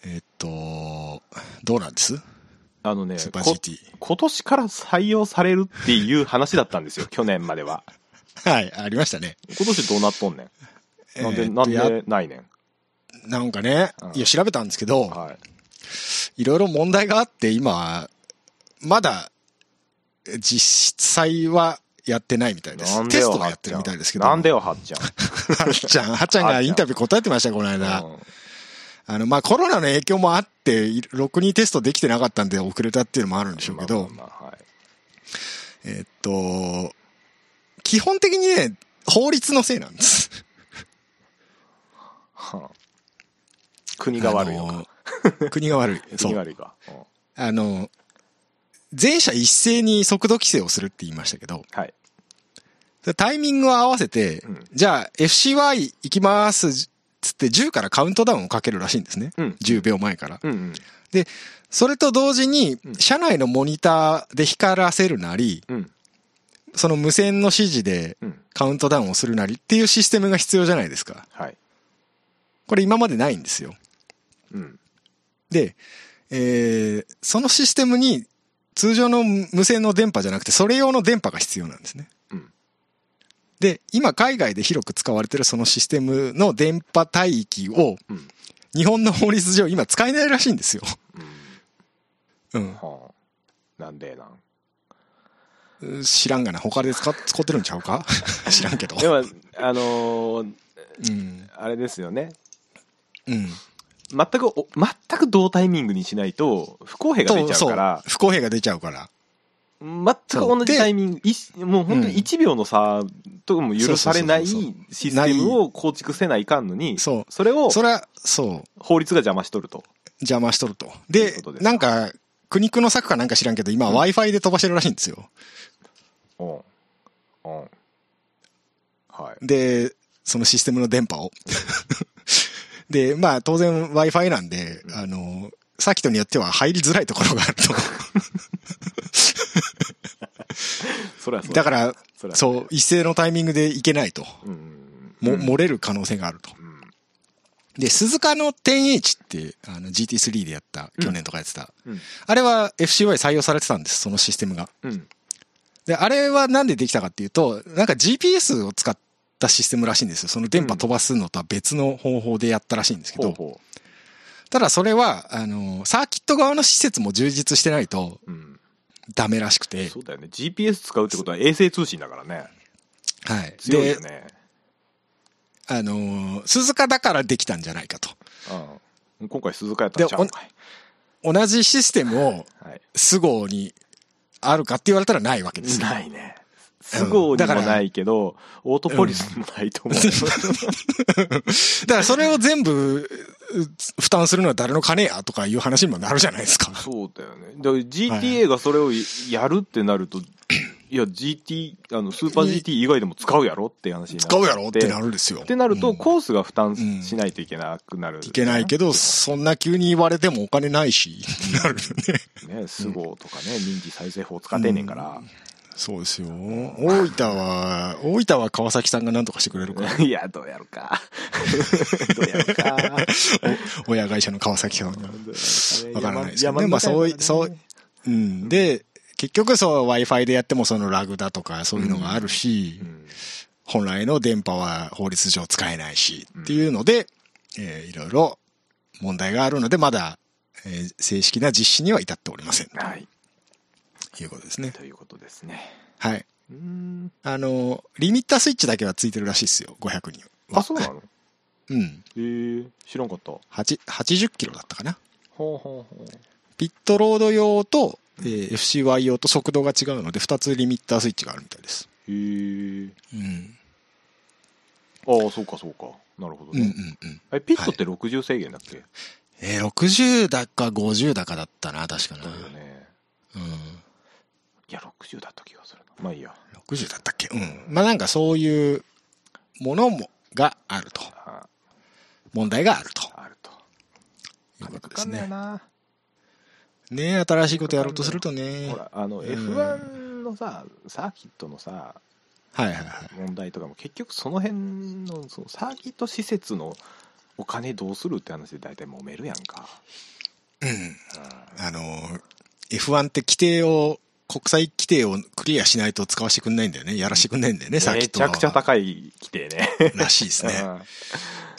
S1: えっと、どうなんです
S2: あのね
S1: スーパー
S2: こ
S1: GT
S2: 今年から採用されるっていう話だったん ですよ去年までは
S1: はい、ありましたね。
S2: 今年どうなっとんねんなんで、
S1: えーっ
S2: な
S1: と
S2: ん
S1: や
S2: でないねん
S1: なんかね
S2: うん、
S1: いや、調べたんですけど、
S2: はい
S1: ろいろ問題があって、今、まだ、実際はやってないみたい
S2: い
S1: です。
S2: なんで
S1: テス
S2: よ
S1: トは
S2: は
S1: や
S2: っ
S1: っ
S2: ち
S1: て
S2: ゃ
S1: る
S2: ん
S1: みたいですけど。
S2: なんでよはっちゃん
S1: はっちゃん、はっちゃんがインタビュー答えてましたよ、この間。
S2: うん
S1: あの、まあ、コロナの影響もあって、いろくにテストできてなかったんで遅れたっていうのもあるんでしょうけど、
S2: まあまあまあはい
S1: えっと、基本的にね、法律のせいなんです。
S2: はあ国が悪いのか、
S1: あの国が悪 い。そ
S2: 国が
S1: う。
S2: 悪いか、うん
S1: あの、全社一斉に速度規制をするって言いましたけど、
S2: はい
S1: タイミングを合わせて、
S2: うん
S1: じゃあ FCY 行きます、つって10からカウントダウンをかけるらしいんですね。
S2: うん
S1: 10秒前から。
S2: うんうん
S1: それと同時に
S2: うん、
S1: 車内のモニターで光らせるなり、
S2: うん
S1: その無線の指示で
S2: うん
S1: カウントダウンをするなりっていうシステムが必要じゃないですか。
S2: はい
S1: これ今までないんですよ。
S2: うん
S1: で、えー、そのシステムに通常の無線の電波じゃなくて、それ用の電波が必要なんですね。
S2: うん
S1: で、今海外で広く使われてるそのシステムの電波帯域を、
S2: うん
S1: 日本の法律上今使えないらしいんですよ。
S2: うん
S1: うん。
S2: はあなんでなん
S1: 知らんがな。他で使っ使ってるんちゃ うか知らんけど。
S2: でもあのー
S1: うん。
S2: あれですよね
S1: うん。
S2: 全くお全く同タイミングにしないと不公平が出ちゃうから
S1: 不公平が出ちゃうから。
S2: 全く同じタイミングいしもう本当
S1: う
S2: に
S1: ん
S2: 1秒の差とかも許されない
S1: そうそうそ
S2: システムを構築せないかんのに
S1: そう
S2: それを
S1: それは、そう。
S2: 法律が邪魔しとると
S1: 邪魔しとると。
S2: という
S1: で
S2: ことで、すか
S1: なんか、苦肉の策かなんか知らんけど、今
S2: うん
S1: Wi-Fi で飛ばしてるらしいんですよ。
S2: うんうんはい
S1: で、そのシステムの電波を。 で、まあ当然 Wi-Fi なんで、あの、サーキットによっては入りづらいところがあ ると。
S2: それはそう
S1: だから、
S2: それは
S1: そう、一斉のタイミングで行けないと。
S2: うん
S1: も、漏れる可能性があると。で、鈴鹿の 10H って、あの GT3 でやった、去年とかやってた。
S2: うん
S1: あれは FCY 採用されてたんです、そのシステムが。
S2: うん
S1: で、あれはなんでできたかっていうと、なんか GPS を使ったシステムらしいんですよ。その電波飛ばすのとは別の方法でやったらしいんですけ
S2: ほ
S1: ど、
S2: うほ
S1: ただそれは、あの、サーキット側の施設も充実してないと
S2: ううん
S1: ダメらしくて、
S2: そうだよね GPS 使うってことは衛星通信だからね
S1: はい。
S2: 強い
S1: で
S2: よ、ね
S1: あの、鈴鹿だからできたんじゃないかと。
S2: うん今回鈴鹿やったんちゃうんかい
S1: 同じシステムを
S2: はい
S1: スゴにあるかって言われたらないわけですよ。
S2: ないねすごいにもないけど、オートポリスにもないと思う、
S1: だからそれを全部う負担するのは誰の金やとかいう話にもなるじゃないですか。
S2: そうだよね。だから GTA がそれをやるってなると、い、や、GT、あの、スーパー GT 以外でも使うやろって話にな
S1: 使うやろってな
S2: る。
S1: るんですよ。
S2: ってなる
S1: う
S2: と、
S1: ん
S2: コースが負担しないといけなくなる、
S1: いけないけど、そんな急に言われてもお金ないし、なるよね。
S2: ね、スゴとかね、民事再生法使ってんねんから。
S1: そうですよ。大分は、大分は川崎さんが何とかしてくれ るから、
S2: いや、どうやる か。どうやるか。
S1: お親会社の川崎さんが。わからないですけどね。
S2: 山
S1: まあ
S2: 山の
S1: そう
S2: 中だ、から
S1: い
S2: ね
S1: そう、うん。で、結局そう Wi-Fi でやってもそのラグだとかそういうのがあるし、
S2: うん
S1: 本来の電波は法律上使えないし、っていうので、えーいろいろ問題があるので、まだ、えー正式な実施には至っておりません。
S2: はい。
S1: ということですね。
S2: ということですね。
S1: はい。
S2: うーん。
S1: あの、リミッタースイッチだけはついてるらしいですよ、500には。
S2: あ、そうなの
S1: うん。
S2: えー、知らんかった。
S1: 8 80キロだったかな。
S2: ほうほうほう。
S1: ピットロード用と、えー FCY 用と速度が違うので、2つリミッタースイッチがあるみたいです。
S2: へー。
S1: うん。
S2: ああ、そうかそうか。なるほど
S1: うんうんう
S2: ね。
S1: ん。
S2: え、ピットって60制限だっけ、
S1: えー60だか50だかだったな、確かな。
S2: だよね。
S1: うん。
S2: いや、60だった気がするな。まあいいや。
S1: 60だったっけうん。まあなんかそういうものも、があると。
S2: あ
S1: 問題があると。
S2: あると。
S1: いうことで
S2: か
S1: す
S2: んねえ
S1: ね。
S2: な。
S1: ね新しいことやろうとするとね。
S2: ほら、あの、
S1: ん
S2: F1 のさ、サーキットのさ、
S1: はいはいはい。
S2: 問題とかも結局その辺のそのサーキット施設のお金どうするって話で大体揉めるやんか。
S1: うん。
S2: うん
S1: あの、F1 って規定を、国際規定をクリアしないと使わせてくんないんだよね。やらせてくんないんだよね、サーキ
S2: め
S1: ット
S2: ちゃくちゃ高い規定ね。
S1: らしいで すね。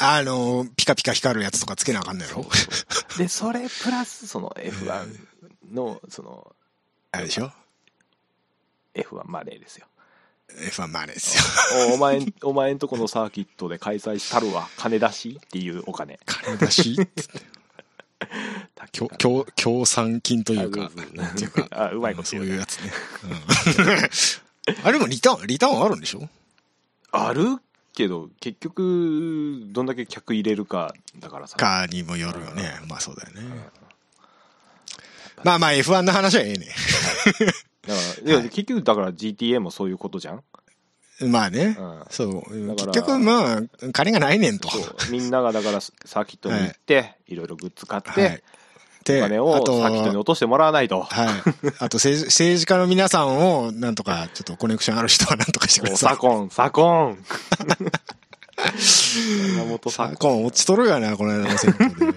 S1: あの、ピカピカ光るやつとかつけなあかんのやろ
S2: うんで、それプラス、その F1 の、その、
S1: あれでしょ
S2: F1 マネーですよ。
S1: ?F1 マネーですよ。
S2: おお 前ん、お前んとこのサーキットで開催したるわ、金出しっていうお金。
S1: 金出し、
S2: 高い
S1: 協
S2: から
S1: 協協賛金という
S2: あ
S1: か、
S2: そうそう
S1: なんていうか
S2: あうまいこと
S1: そ
S2: 言
S1: う
S2: うね
S1: いうやつね。うん あれもリターン、リターンあるんでしょ
S2: あるけど、結局、どんだけ客入れるかだからさ。
S1: かにもよるよね。まあそうだよね。まあまあ F1 の話はええね。
S2: だからいや結局、だから GTA もそういうことじゃ ん。
S1: まあね
S2: うん。
S1: そう。
S2: だから
S1: 結局まあ、金がないねんと。
S2: そうみんながだからサーキットに行って、い、ろいろグッズ買っ
S1: は
S2: て
S1: い、。で
S2: お金をサ
S1: あと
S2: ーキットに落としてもらわないと。
S1: はい。あと政治、 政治家の皆さんを、なんとか、ちょっとコネクションある人はなんとかしてく
S2: も
S1: だ
S2: う
S1: さい
S2: サ。コン、サコ ン山本サ
S1: 昨
S2: コン。
S1: 今落ちとるがな、この間の選 挙で。
S2: ちょ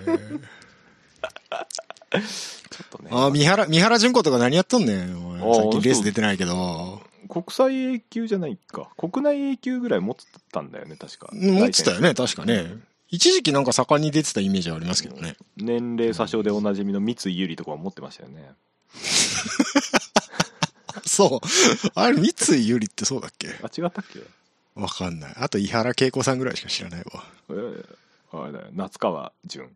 S2: っとね
S1: ああ、三原、三原純子とか何やっとんねん。
S2: あ
S1: おい最近レース出てないけど。
S2: 国際 A 級じゃないか国内 A 級ぐらい持ってたんだよね確か
S1: 持ってたよね、確かね。一時期なんか盛んに出てたイメージはありますけど ね。
S2: 年齢詐称でおなじみの三井ゆりとかも持ってましたよね
S1: そう。あれ、三井ゆりってそうだっけ
S2: あ違ったっけ、
S1: わかんない。あと、伊原恵子さんぐらいしか知らないわ。
S2: えーあれだよ夏川淳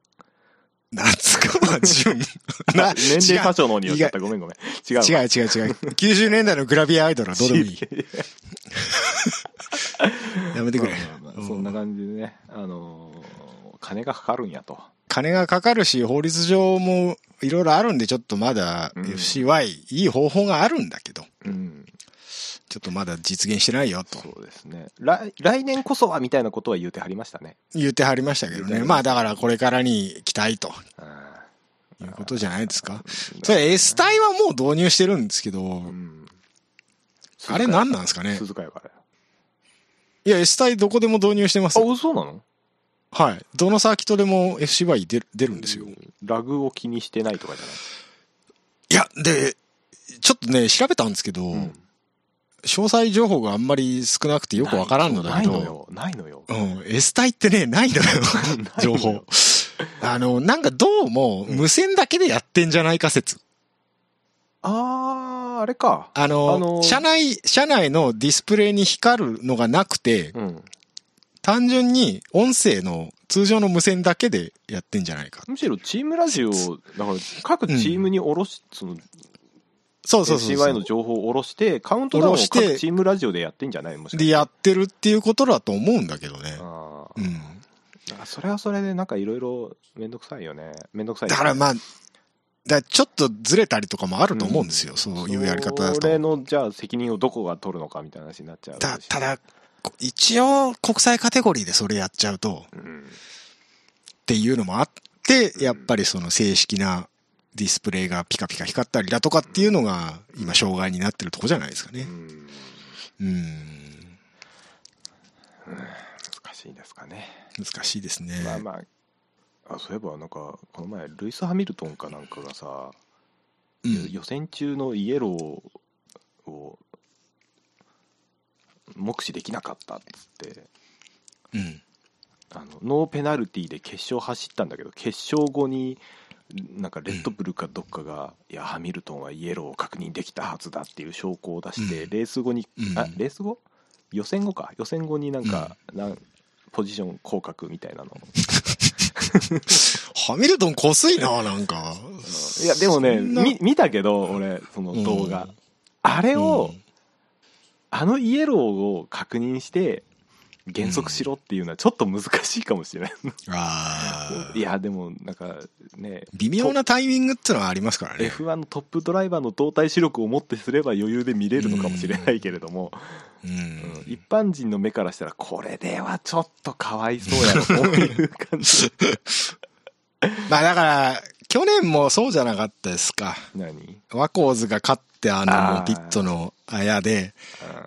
S1: 夏川純。な、
S2: 年齢詐称の方によっちゃった
S1: 違
S2: ごめんごめん違うわ
S1: う違う違う違う。90年代のグラビアアイドルはどうでもい い。やめてくれ。
S2: まあまあまあそんな感じでねあのー金がかかるんやと
S1: 金がかかるし、法律上もいろいろあるんで、ちょっとまだ
S2: うん
S1: FCY、いい方法があるんだけど、
S2: うん
S1: ちちょっとまだ実現してないよと
S2: そうですね来来年こそはみたいなことは言うてはりましたね
S1: 言ってはりましたけど
S2: 言っては
S1: ね。
S2: り
S1: ま
S2: ま
S1: あだからこれからに期待と
S2: あ
S1: いうことじゃないですか。
S2: ー
S1: それ S 体はもう導入してるんですけど
S2: う、ん
S1: あれ何なんですかね
S2: 鈴鹿やからあ
S1: いや S 体どこでも導入してます。
S2: そうなの
S1: はい。どのサーキットでも FC バイ出る出るんですよ。
S2: ラグを気にしてないとかじゃ
S1: いや、で、ちょっとね、調べたんですけど、
S2: ない、
S1: 詳細情報があんまり少なくてよくわからんのだけ
S2: ないの
S1: ど、
S2: よないのよ
S1: うん、S 体ってね、ないの よ、情
S2: ないの
S1: 報
S2: よ。
S1: あの、なんかどうも、
S2: うん
S1: 無線だけでやってんじゃないか説。
S2: あああれか
S1: あの、
S2: あの
S1: 車内、車内のディスプレイに光るのがなくて、
S2: うん
S1: 単純に音声の通常の無線だけでやってんじゃないか。
S2: むしろチームラジオをだから各チームにおろし、その
S1: そうそうそう
S2: CY
S1: そ
S2: の
S1: う。
S2: 情報を下ろしてカウントダウンを
S1: 下ろして
S2: 各チームラジオでやってんじゃないもしかして
S1: でやってるっていうことだと思うんだけどね。
S2: あ
S1: う
S2: ー
S1: ん。
S2: あそれはそれでなんかいろいろめんどくさいよねめんどくさい
S1: だからまあ、だからちょっとずれたりとかもあると思うんですよ。そういうやり方だ
S2: それ
S1: と。
S2: のじゃあ責任をどこが取るのかみたいな話になっちゃう
S1: た
S2: し
S1: ただ、こ一応国際カテゴリーでそれやっちゃうと、
S2: うん
S1: っていうのもあって、やっぱりその正式なディスプレイがピカピカ光ったりだとかっていうのが今障害になってるとこじゃないですか
S2: う
S1: ね。
S2: ん
S1: うん。
S2: 難しいですかね
S1: 難しいですね。
S2: まあまああそういえばなんかこの前ルイス・ハミルトンかなんかがさ、
S1: うん
S2: 予選中のイエローを目視できなかったっつって
S1: うん。
S2: あのノーペナルティーで決勝走ったんだけど決勝後になんかレッドブルかどっかが、いやハミルトンはイエローを確認できたはずだっていう証拠を出して、
S1: うん
S2: レース後に、
S1: うん
S2: あレース後予選後か予選後になんか、なんポジション降格みたいなの
S1: ハミルトン濃すいな、なんか。
S2: いやでもね
S1: そんな
S2: み見たけど俺その動画、
S1: うん
S2: あれを、
S1: うん
S2: あのイエローを確認して減速しろっていうのはちょっと難しいかもしれない、
S1: あ
S2: い
S1: あ。
S2: やでもなんかね
S1: 微妙なタイミングってのはありますからね。
S2: F1 のトップドライバーの動体視力を持ってすれば余裕で見れるのかもしれないけれども、
S1: う
S2: うん
S1: ん。
S2: 一般人の目からしたらこれではちょっとかわいそうやろという感 じ
S1: まあだから、去年もそうじゃなかったですか。
S2: 何
S1: ワコーズが勝ってあの、
S2: あー
S1: もうピットのあやで、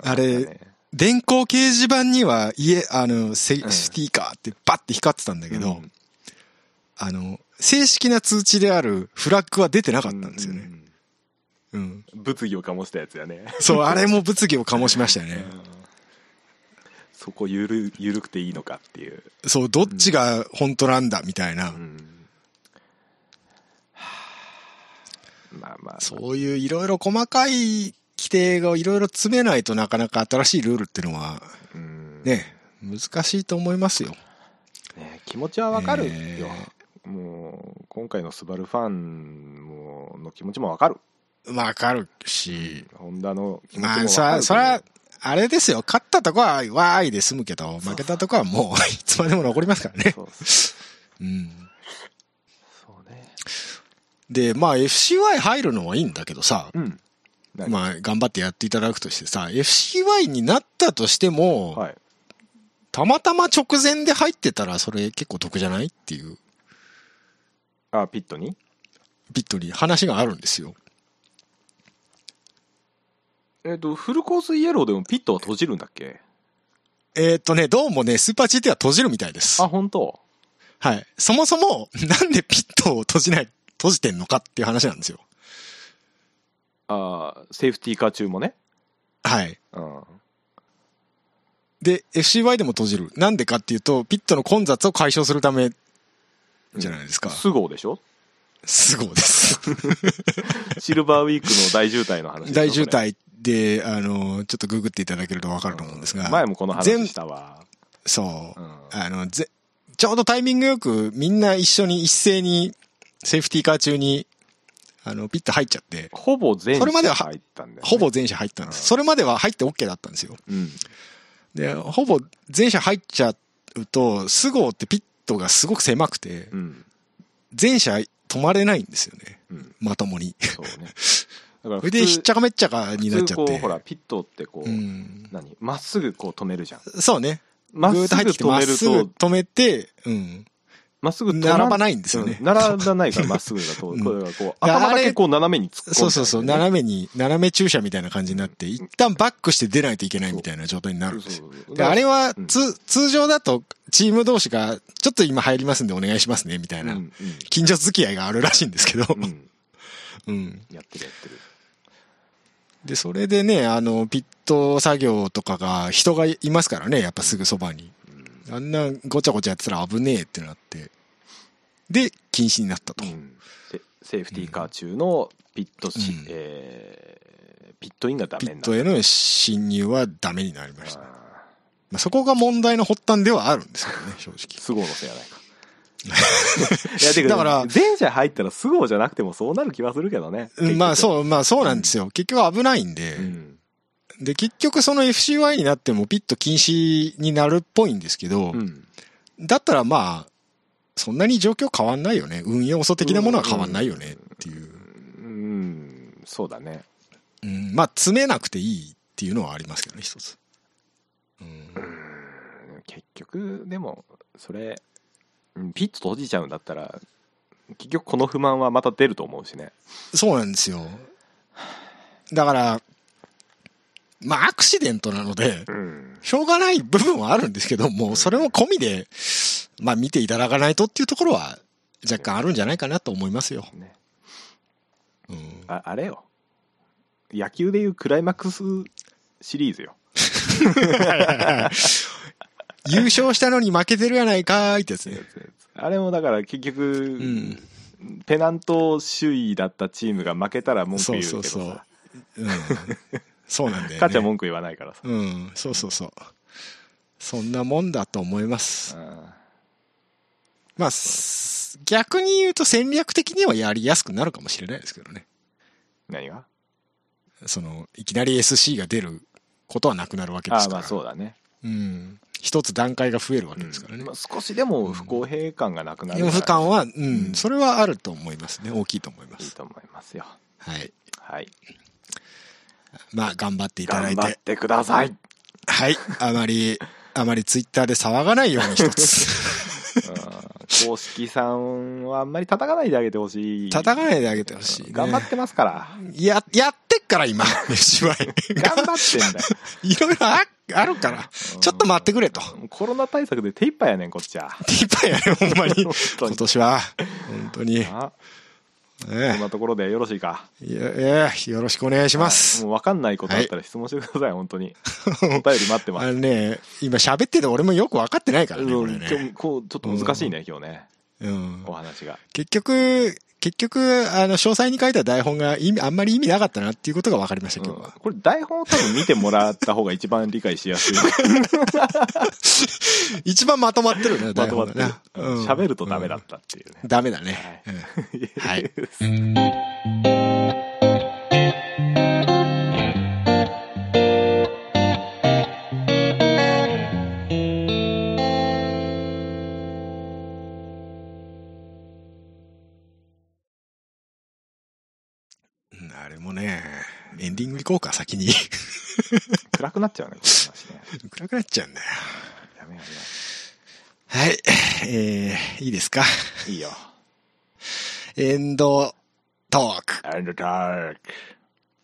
S2: あ
S1: あれ電光掲示板には、家、あの、セ
S2: うん
S1: シティカーってバッて光ってたんだけど、
S2: うん
S1: あの、正式な通知であるフラッグは出てなかったんですよ
S2: う
S1: ね。
S2: ん
S1: うん。
S2: 物議を醸したやつやね
S1: そう、あれも物議を醸しましたね。
S2: そこゆるゆるくていいのかっていう、
S1: そう、どっちが本当なんだみたいな
S2: う。んまあまあ
S1: そういういろいろ細かい規定をいろいろ詰めないとなかなか新しいルールっていうのは
S2: うんね
S1: ね、難しいと思いますよ。
S2: 気持ちはわかるよ、
S1: え
S2: もう今回のスバルファンもの気持ちもわかる
S1: わかるし。
S2: ホンダの気持ちもわ
S1: ま
S2: か
S1: あ、
S2: る
S1: そら、そら
S2: け、
S1: あれですよ。勝ったとこは、わーいで済むけど、負けたとこはもう、い つまでも残りますから
S2: ど
S1: ね。
S2: そうそう
S1: うん。
S2: そうね
S1: で、まあ、FCY 入るのはいいんだけどさ、
S2: うんはい
S1: まあ、頑張ってやっていただくとしてさ、FCY になったとしても、
S2: はい
S1: たまたま直前で入ってたら、それ結構得じゃないっていう、
S2: あピットに
S1: ビットに話があるんですよ。
S2: えっ、とフルコースイエローでもピットは閉じるんだっけ
S1: えーっ、とね、どうもね、スーパー GT は閉じるみたいです
S2: あ。本当
S1: はい。そもそも、なんでピットを閉じない、閉じてんのかっていう話なんですよ。
S2: あセーフティーカー中もね
S1: はい。
S2: うん
S1: で、FCY でも閉じる。なんでかっていうと、ピットの混雑を解消するためじゃないですか。
S2: スゴーでしょ
S1: すごいです。
S2: シルバーウィークの大渋滞の話でしょ
S1: 大渋
S2: それ
S1: 滞で、あの、ちょっとググっていただけるとわかると思うんですが、
S2: 前もこの話したわ、
S1: そうう、
S2: ん
S1: あの、ぜ、ちょうどタイミングよくみんな一緒に一斉に、セーフティーカー中に、あの、ピット入っちゃって、
S2: ほぼ全
S1: それま
S2: 車
S1: では
S2: 入ったんだよね、
S1: ほぼ全車入ったんです。それまでは入って OK だったんですよ。
S2: うん
S1: で、ほぼ全車入っちゃうと、スゴーってピットがすごく狭くて、
S2: うん
S1: 全車止まれないんですよね。
S2: うん
S1: まともに。
S2: そうねだから
S1: それで、ひっちゃかめっちゃかになっ
S2: 普通
S1: ちゃ
S2: こ
S1: っ
S2: う
S1: て。
S2: ほらピットってこう、
S1: うん。
S2: 何まっすぐこう止めるじゃん
S1: そうね。
S2: まっ
S1: ぐーっ
S2: す
S1: と入
S2: ぐ
S1: ってきて、
S2: 止
S1: まっ
S2: め
S1: す
S2: る
S1: ぐ
S2: と
S1: 止めて、うん。
S2: まっすぐ止
S1: 並ばないんですよね
S2: うん並ばないからまっすぐだと、
S1: うん
S2: これがこう
S1: だから
S2: 頭だ
S1: あ
S2: け
S1: れ
S2: こう斜めに突っ込ん
S1: そうそうそう。
S2: じゃんね
S1: 斜めに、斜め駐車みたいな感じになって、一旦バックして出ないといけないみたいな状態になるんですよ。
S2: そうそうそう
S1: であれは
S2: うん、
S1: つ、通常だと、チーム同士が、ちょっと今入りますんでお願いしますね、みたい
S2: うんう
S1: な。
S2: ん
S1: 近所付き合いがあるらしいんですけど。
S2: うん
S1: うん。
S2: やってるやってる
S1: で、それでね、あの、ピット作業とかが、人がいますからね、やっぱすぐそばに。あんなごちゃごちゃやってたら危ねえってなって。で、禁止になったと。
S2: セセーフティーカー中のピットし、
S1: うん
S2: えーピットインがダ
S1: ピ
S2: メ
S1: ッ
S2: にな
S1: ト
S2: る
S1: への侵入はダメになりました。
S2: あ
S1: まあ、そこが問題の発端ではあるんですけどね、正
S2: ー
S1: 直。
S2: スゴーのせいやないか いやてか
S1: だから
S2: 前者入ったらスゴーじゃなくてもそうなる気はするけどね
S1: うんまあ
S2: う、
S1: そう、まあそうなんですよ。結局危ないんで。
S2: うん
S1: で、結局その FCY になってもピット禁止になるっぽいんですけど、
S2: うん
S1: だったらまあ、そんなに状況変わんないよね。運用素的なものは変わんないよねっていう。
S2: うんそうだね
S1: うん、まあ、詰めなくていいっていうのはありますけどね、一つ。うん、
S2: 結局でもそれうんピット閉じちゃうんだったら結局この不満はまた出ると思うしね
S1: そうなんですよ。だから、まあ、アクシデントなので、
S2: うん
S1: しょうがない部分はあるんですけど、もうそれも込みで、まあ、見ていただかないとっていうところは、若干あるんじゃないかなと思いますよ。
S2: ね
S1: うん、
S2: ああれよ野球でいうクライマックスシリーズよ
S1: 優勝したのに負けてるやないかーいってやつね。
S2: あれもだから結局、
S1: ん
S2: ペナント首位だったチームが負けたら文句
S1: そ
S2: 言
S1: う
S2: うけ
S1: そ
S2: ど
S1: う
S2: さ
S1: そう。うん、そうなんだよ、ね。
S2: 勝ちは文句言わないからさ、
S1: うん、そうそうそう。そんなもんだと思います。
S2: うん
S1: まあ、す逆に言うと戦略的にはやりやすくなるかもしれないですけどね。
S2: 何が
S1: その、いきなり SC が出ることはなくなるわけで
S2: あ
S1: す
S2: あ
S1: から。
S2: まあそうだね
S1: うん。一つ段階が増えるわけですからね。
S2: うんまあ、少しでも不公平感がなくなる
S1: 不負感
S2: は
S1: は、うん、それはあると思いますね。大きいと思いま
S2: いい
S1: す。
S2: と思いますよ
S1: はい。
S2: はい
S1: まあ、頑張っていただ
S2: 頑
S1: い。
S2: 張っててください、
S1: はい。あまり、あまりツイッターで騒がないように一つ。
S2: うん公式さんはあんまり叩かないであげてほし い
S1: 叩かないであげてほしい、ね。
S2: 頑張ってます から
S1: や、やってっから今、芝居。
S2: 頑張ってんだよ
S1: いろいろああるから、ちょっと待ってくれと。
S2: コロナ対策で手一杯やねんこっちは
S1: いっぱいやね、ほんま に。
S2: 本当に
S1: 今年は。本当に。
S2: あこん
S1: え
S2: なところでよろしいか
S1: えいやええよろしくお願いします。
S2: もう分かんないことあったら質問してください、本当 に。お便り待ってま
S1: あ
S2: す。
S1: のね、今喋ってて俺もよく分かってないから
S2: うん
S1: ね、これ
S2: 今日
S1: ね。
S2: こうちょっと難しいね、今日ね、
S1: うん
S2: お。話が。
S1: 結局、結局、あの、詳細に書いた台本が意味、あんまり意味なかったなっていうことが分かりました、今日は。
S2: これ、台本を多分見てもらった方が一番理解しやすい。
S1: 一番まとまってるね、
S2: ま
S1: 台
S2: とま
S1: 本
S2: っ
S1: が
S2: てる
S1: ね。うん
S2: 喋るとダメだったっていうね。
S1: ダメだね。うん
S2: は
S1: はいい。うんあれもね、エンディング行こうか、先 に。
S2: 暗くなっちゃうね、この話ね。
S1: 暗くなっちゃうんだよ。
S2: やめよ
S1: はい。えー、いいですか。
S2: うね。いいよ。
S1: エンドトーク。
S2: アンドターク。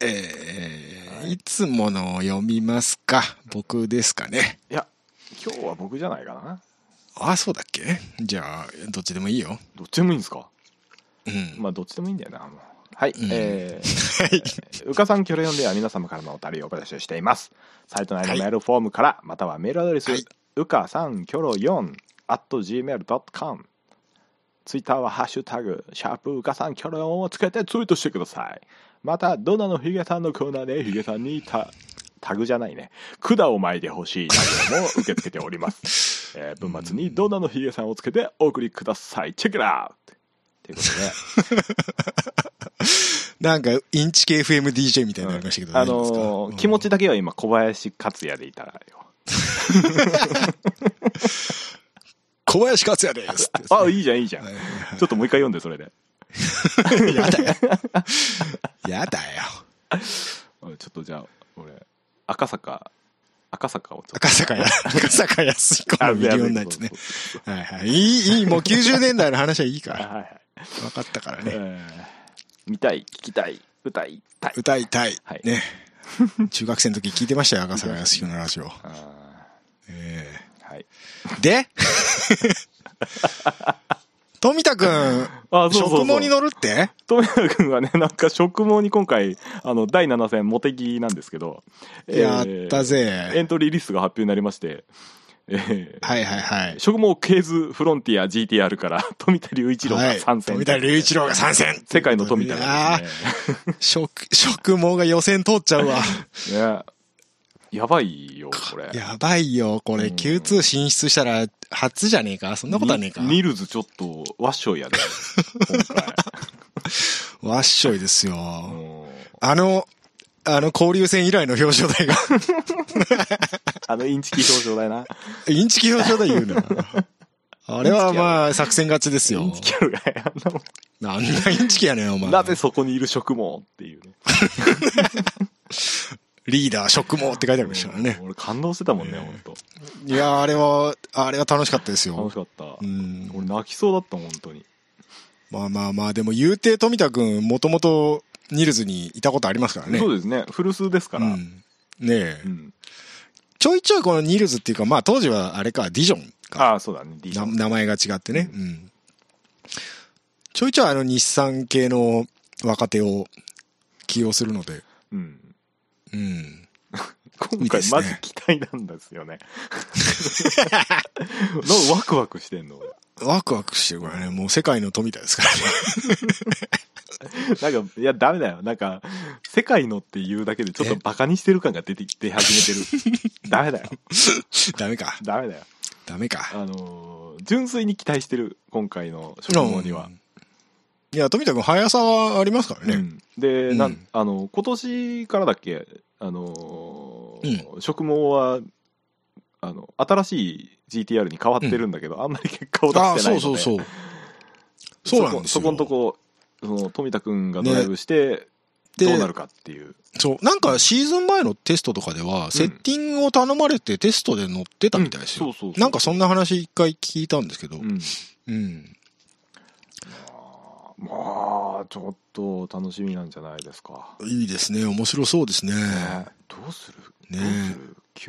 S1: えー、いつものを読みますか僕ですかね。
S2: いや、今日は僕じゃないかな。
S1: あ、そうだっけじゃあ、どっちでもいいよ。
S2: どっちでもいいんですか
S1: うん。
S2: まあ、どっちでもいいんだよな、もう。はい、
S1: うん
S2: えー、うかさんキョレヨンでは皆様からのお便りをお募集しています。サイト内のメールフォームから、またはメールアドレス、
S1: はいう
S2: かさんキョロヨン at gmail.com。ツイッターはハッシュタグ、シャープうかさんキョロヨンをつけてツイートしてください。また、ドナのヒゲさんのコーナーでヒゲさんにた、タグじゃないね。管を巻いてほしい内容も受け付けており ます。えー文末にドナのヒゲさんをつけてお送りください。チェックラウトということで。
S1: なんか、インチ系 FMDJ みたいになりましたけど、
S2: あ
S1: 大丈夫ですか
S2: のー
S1: うん
S2: 気持ちだけは今小林克也でいたらよ
S1: 小林克也ですってやつね
S2: あいいじゃんいいじゃんちょっともう一回読んでそれで
S1: やだよ。やだよ。
S2: ょっとじゃあ俺赤坂赤坂をちょっと
S1: 赤 坂や、赤坂安彦のミリオンナイツね。
S2: そうそう
S1: はいはい。いい、いい、もう90年代の話はいい
S2: そ
S1: か
S2: う
S1: ら。
S2: はいはい
S1: 分かったからね。
S2: えー見たい聞きたい歌いたい
S1: 歌いたい
S2: はい。
S1: ね。中学生の時聞いてましたよ、赤坂安彦のラジオ。
S2: あ
S1: ええ
S2: ーはい
S1: で 富田くん、
S2: あそうそうそう
S1: 食毛に乗るって
S2: 富永君はねなんか植毛に今回あの第7戦茂木なんですけど
S1: やった
S2: えーエ
S1: ぜ。
S2: ントリーリストが発表になりまして、え
S1: はいはいは
S2: ー、
S1: い。
S2: 植毛ケーズフロンティア GTR から富田隆一郎
S1: は
S2: が
S1: い
S2: 参戦、
S1: 富田隆一郎が参戦
S2: 世界の富田
S1: あ
S2: が
S1: あ
S2: で、
S1: 食、食毛が予選通っちゃ うわ。
S2: すねねやばいよこれ
S1: やばいよ、これ、
S2: うん
S1: Q2 進出したら初じゃねえかそんなことはねえか
S2: ニニルズちょっとわっしょいや で今回
S1: わっしょいですよ。
S2: うん
S1: あの、あの交流戦以来の表彰 台が、
S2: あのインチキ表彰だな
S1: インチキ表彰台言うな。あれはまあ、作戦勝ちです
S2: イン
S1: よ
S2: チ。キあるがあんなもん
S1: なんなインチキやねん、お前。
S2: なぜそこにいる職毛っていうね。
S1: リーダー、食毛って書いてありましたからね。
S2: 俺感動してたもんね、本当。
S1: いやー、あれは、あれは楽しかったです
S2: 楽
S1: よ
S2: し。かった
S1: う。ん。
S2: 俺泣きそうだったもん、本当に。
S1: まあまあまあ、でも言うて富田くん、もともとニルズにいたことありますからね。
S2: そううですね。フル数ですから。うん
S1: んねえ
S2: う。
S1: ちょいちょいこのニルズっていうか、まあ当時はあれか、ディジョンか。
S2: ああ、そうだね。D
S1: な名前が違ってね。うん。ちょいちょいあの日産系の若手を起用するので、
S2: うん。
S1: うん。
S2: 今
S1: いいで
S2: 回
S1: すね
S2: マジ期待なんですよ ね。なんかワクワクしてんの俺
S1: ワクワクしてるからね、もう世界の富田ですからね。
S2: なんか、いや、ダメだよ。なんか、世界のっていうだけでちょっとバカにしてる感が出てきて始め てる。ダメだよ。
S1: ダメか。
S2: ダメだよ。
S1: ダメか。
S2: あのー純粋に期待してる、今回の職毛には
S1: う。ん。いや、富田君、速さはありますからね。
S2: うんで、な
S1: うんん、
S2: あの今年からだっけあのー、植毛はあの新しい GTR に変わってるんだけど、あんまり結果を出
S1: ああ、
S2: してないの
S1: そう
S2: で
S1: そうそうう。そうなんです
S2: そこそ
S1: よ。
S2: こんとこその富田君がドライブして、
S1: で
S2: どうなるかっていう
S1: そう。なんかシーズン前のテストとかでは、セッティングを頼まれてテストで乗ってたみたいです
S2: う
S1: よ。
S2: んそうそうそう
S1: なんかそんな話一回聞いたんですけど。
S2: うん
S1: うん。
S2: まあちょっと楽しみなんじゃないですか、
S1: いいですね。面白そうですね。
S2: ねどうする
S1: ね
S2: ど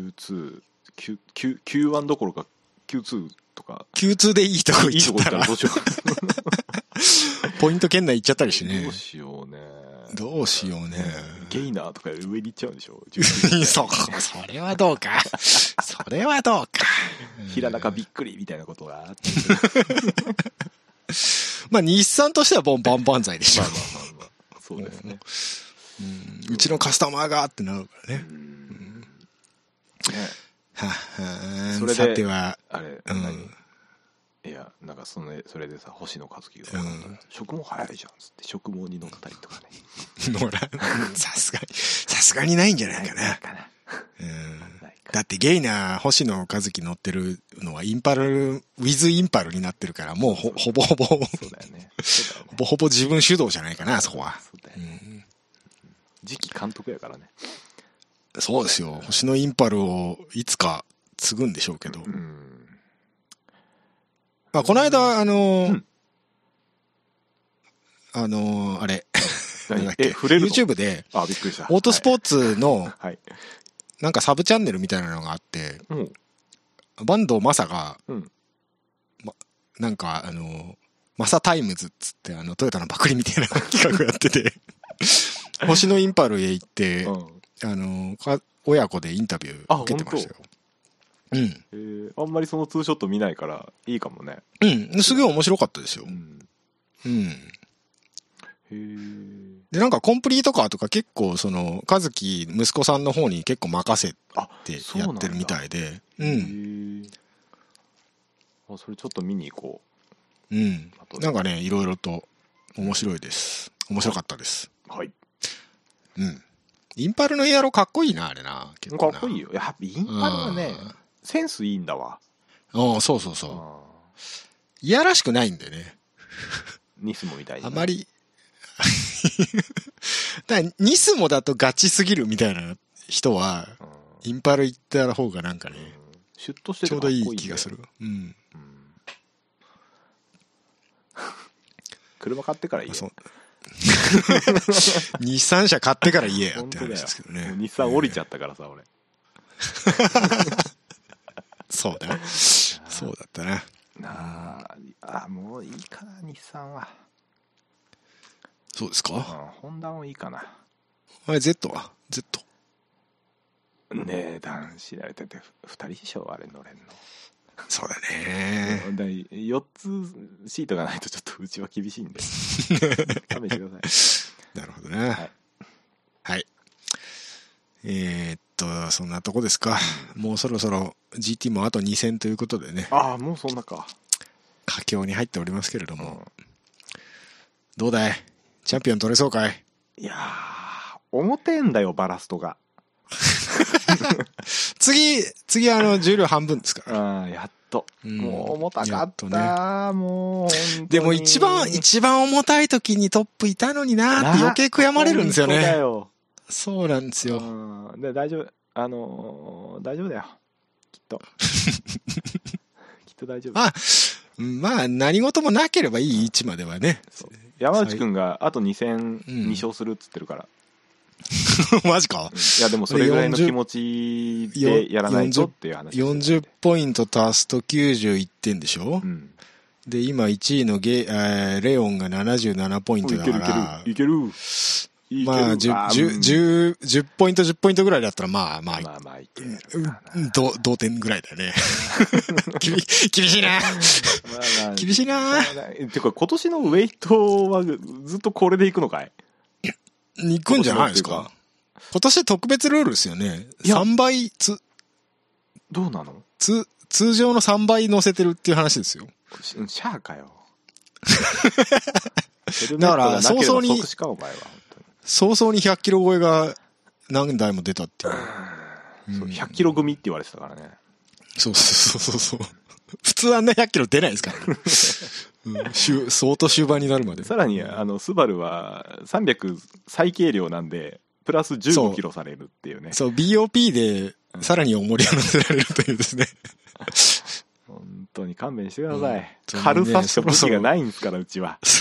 S2: うする Q2Q Q Q1 どころか Q2 とか
S1: Q2 でいいとこ
S2: い
S1: 行
S2: い
S1: っ
S2: とこ行
S1: ちゃっ
S2: ったた
S1: ら
S2: ら、どうしよう
S1: ポイント圏内行っちゃったりして
S2: ど
S1: ね
S2: う。しようね
S1: どうしようね。
S2: ゲイナーとかより上に行っちゃうんでしょ
S1: そうか。それはどうか。それはどうか。
S2: 平中びっくりみたいなことがあ って
S1: まあ、日産としてはボンバンバン剤でしょ
S2: まあ。まあまあまあそうですね
S1: うちのカスタマーがってなるからね。
S2: うん
S1: はは
S2: それで
S1: さては、
S2: あれ
S1: うん
S2: 何いやなんかそのそれでさ星野一樹が
S1: うん
S2: 「食毛早いじゃん」っつって食毛に乗ったりとかね
S1: 野良さすがに、さすがにないんじゃないかな。
S2: かな
S1: うん
S2: ないか
S1: だってゲイナー、星野和樹乗ってるのはインパル、ウィズインパルになってるから、もうほほぼほぼ、ほ
S2: そうだよ ねそうだよね
S1: ぼほぼ自分主導じゃないかな、そこは。
S2: そうだよ
S1: う
S2: ね
S1: ん
S2: 次期監督やからね
S1: そうですよ。星野インパルをいつか継ぐんでしょうけど。
S2: うん
S1: まあ、この間、あのー
S2: うん
S1: あのーあれ、なんだっ
S2: え
S1: け、
S2: 触れるの
S1: YouTube で、
S2: あびっくりした
S1: オートスポ
S2: ー
S1: ーツの、
S2: ツはい
S1: なんかサブチャンネルみたいなのがあって、
S2: はいうん
S1: 坂東正が、
S2: うん
S1: ま、なんかあの、マサタイムズっつってあのトヨタのパクリみたいな企画やっ てて、星のインパルへ行って、
S2: うん
S1: あの、か親子でインタビュー受けてましたよ。うん。
S2: えーあんまりそのツーショット見ないからいいかもね
S1: うん。すげえ面白かったですよ
S2: う。ん
S1: うん。
S2: へえ
S1: で、なんかコンプリートカーとか結構その、和樹息子さんの方に結構任せ
S2: あ
S1: てやってるみたいで、う
S2: へ
S1: ん。
S2: ーあそれちょっと見に行こ
S1: うん
S2: あと。ね
S1: なんかね、いろいろと面白いです。面白かったです。
S2: うはい
S1: うん。インパルのエアロかっこいいな、あれな。結
S2: か
S1: 構な
S2: っこいいよやっぱインパルはねセンスいいんだわ
S1: うんうん、そうそうそう。
S2: あ
S1: いやらしくないんでね。
S2: ニスモみたいに
S1: あまり、 だからニスモだとガチすぎるみたいな人は、
S2: うん
S1: インパル行った方がなんかね、
S2: シュッとして
S1: ち
S2: て
S1: ょ
S2: か
S1: う
S2: っこ
S1: ど
S2: い
S1: い
S2: い
S1: い気がする。うん。
S2: 車買ってからいいよ
S1: そう。 日産車買ってから言えよっ
S2: 本
S1: て
S2: 当だよ
S1: 話ですけどね
S2: もう。日産降りちゃったからさ俺
S1: そうだよ。そうだったな。
S2: なああもういいかな日産は
S1: そうです
S2: うん
S1: か
S2: ホンダもいいかな
S1: あれ、Z は ?Z。
S2: 値段知られてて2人以上あれ乗れんの
S1: そうだね。
S2: だい4つシートがないとちょっとうちは厳しいん で勘弁してくださ
S1: なるほどね。はいい。えーっと、そんなとこですか。もうそろそろ GT もあと2戦ということでね
S2: い、ああもうそんなか、
S1: 佳境に入っておりますけれど
S2: う
S1: も、
S2: ん
S1: どうだいチャンピオン取れそうかい
S2: いやー重てえんだよバラストが
S1: 次、次あの、重量半分ですから。
S2: うんやっと、
S1: うん
S2: もう重たか
S1: や
S2: っ
S1: っと
S2: た、もう本当に
S1: でも一番、一番重たい時にトップいたのになーって余計悔やまれるんですよ
S2: 本当だ
S1: ね。
S2: よ
S1: そうなんですよ。
S2: うん、で大丈夫あのー大丈夫だよきっ ときっと大丈夫
S1: あ、まあ、何事もなければいい位置まではね。
S2: そう山内くんがあと2戦
S1: うん
S2: 2勝するっつってるから、
S1: マジか
S2: うんいやでもそれぐらいの気持ちでやらないとっていう話ですよ
S1: ?40 ポイント足すと91点でしょ、
S2: うん
S1: で、今1位のゲ、えーレオンが77ポイント
S2: い
S1: だ
S2: け
S1: か
S2: るいけ
S1: ら、
S2: るいけるいける
S1: ま
S2: ー
S1: あ、10、10、10ポイント、10ポイントぐらいだったら、まあま
S2: うん
S1: あ、
S2: まあまあいけるか
S1: うん
S2: なま
S1: ど同点ぐらいだよね。 厳厳しいな。
S2: あまあ
S1: 厳しいな。
S2: てか今年のウェイトはずっとこれでいくのかい
S1: 行くんじゃないですか。今年特別ルールですよね。
S2: いや
S1: 3倍、つ、
S2: どうなの
S1: つ、通常の3倍乗せてるっていう話ですよ。
S2: シシャアか よ
S1: だから早々に
S2: ヘルメットがなければ即死かお前は本
S1: 早々に100キロ超えが何台も出たっていう。
S2: 当にそう100キロ組って言われてたからね
S1: そうそうそうそうそう。普通あんな100キロ出ないですから、ねうん終相当終盤になるまで。
S2: さらにあのスバルは300最軽量なんでプラス
S1: そ
S2: 15
S1: う
S2: キロされるっていうね
S1: そう、BOP でさらに重りを乗せられるというですね。
S2: 本当に勘弁してください、
S1: 当にね
S2: 軽さしか
S1: そ
S2: 武
S1: ろそ
S2: 器
S1: ろ
S2: がないんですからうちは
S1: そ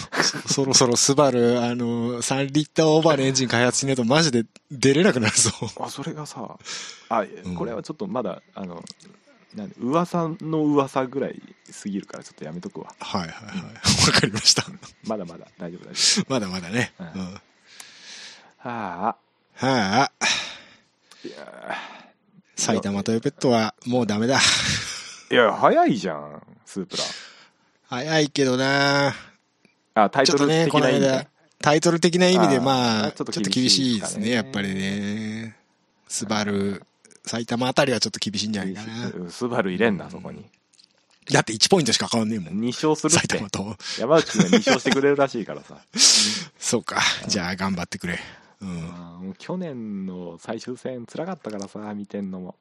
S1: そろそろスバル、あの、3リッターオーバーのエンジン開発しねえとマジで出れなくなるぞ。
S2: あそれがさあ
S1: ん
S2: これはちょっとまだあのなんで噂の噂ぐらいすぎるからちょっとやめとくわ
S1: はいはいはい。わかりました。
S2: まだまだ大丈夫大丈
S1: まだまだね。
S2: う
S1: うんん。
S2: 夫は
S1: はあ、
S2: あいや
S1: 埼玉トヨペットはもうダメだ。
S2: ーいや早いじゃんスープ
S1: 早いけどな
S2: ラあタイ
S1: ち
S2: ト
S1: ょっと
S2: ル
S1: ね、
S2: 的
S1: この
S2: な意味で、
S1: 間、タイトル的な意
S2: あ
S1: 味で、
S2: ー
S1: まあ、
S2: ち
S1: ち
S2: ょっと
S1: ょっと
S2: 厳し
S1: 厳し
S2: い
S1: い
S2: で
S1: ですす
S2: かね
S1: ね、やっぱりね。スバル、埼玉あたりはちょっと厳しいんじゃないかな。
S2: うんスバル入れんなそこに
S1: だって1ポイントしか変わんねえもん。
S2: 2勝する
S1: 埼
S2: って
S1: 玉と。
S2: 山内君が2勝してくれるらしいからさ
S1: そうか。じゃあ頑張ってくれ。 うん。
S2: あーもう去年の最終戦つらかったからさ見てん のも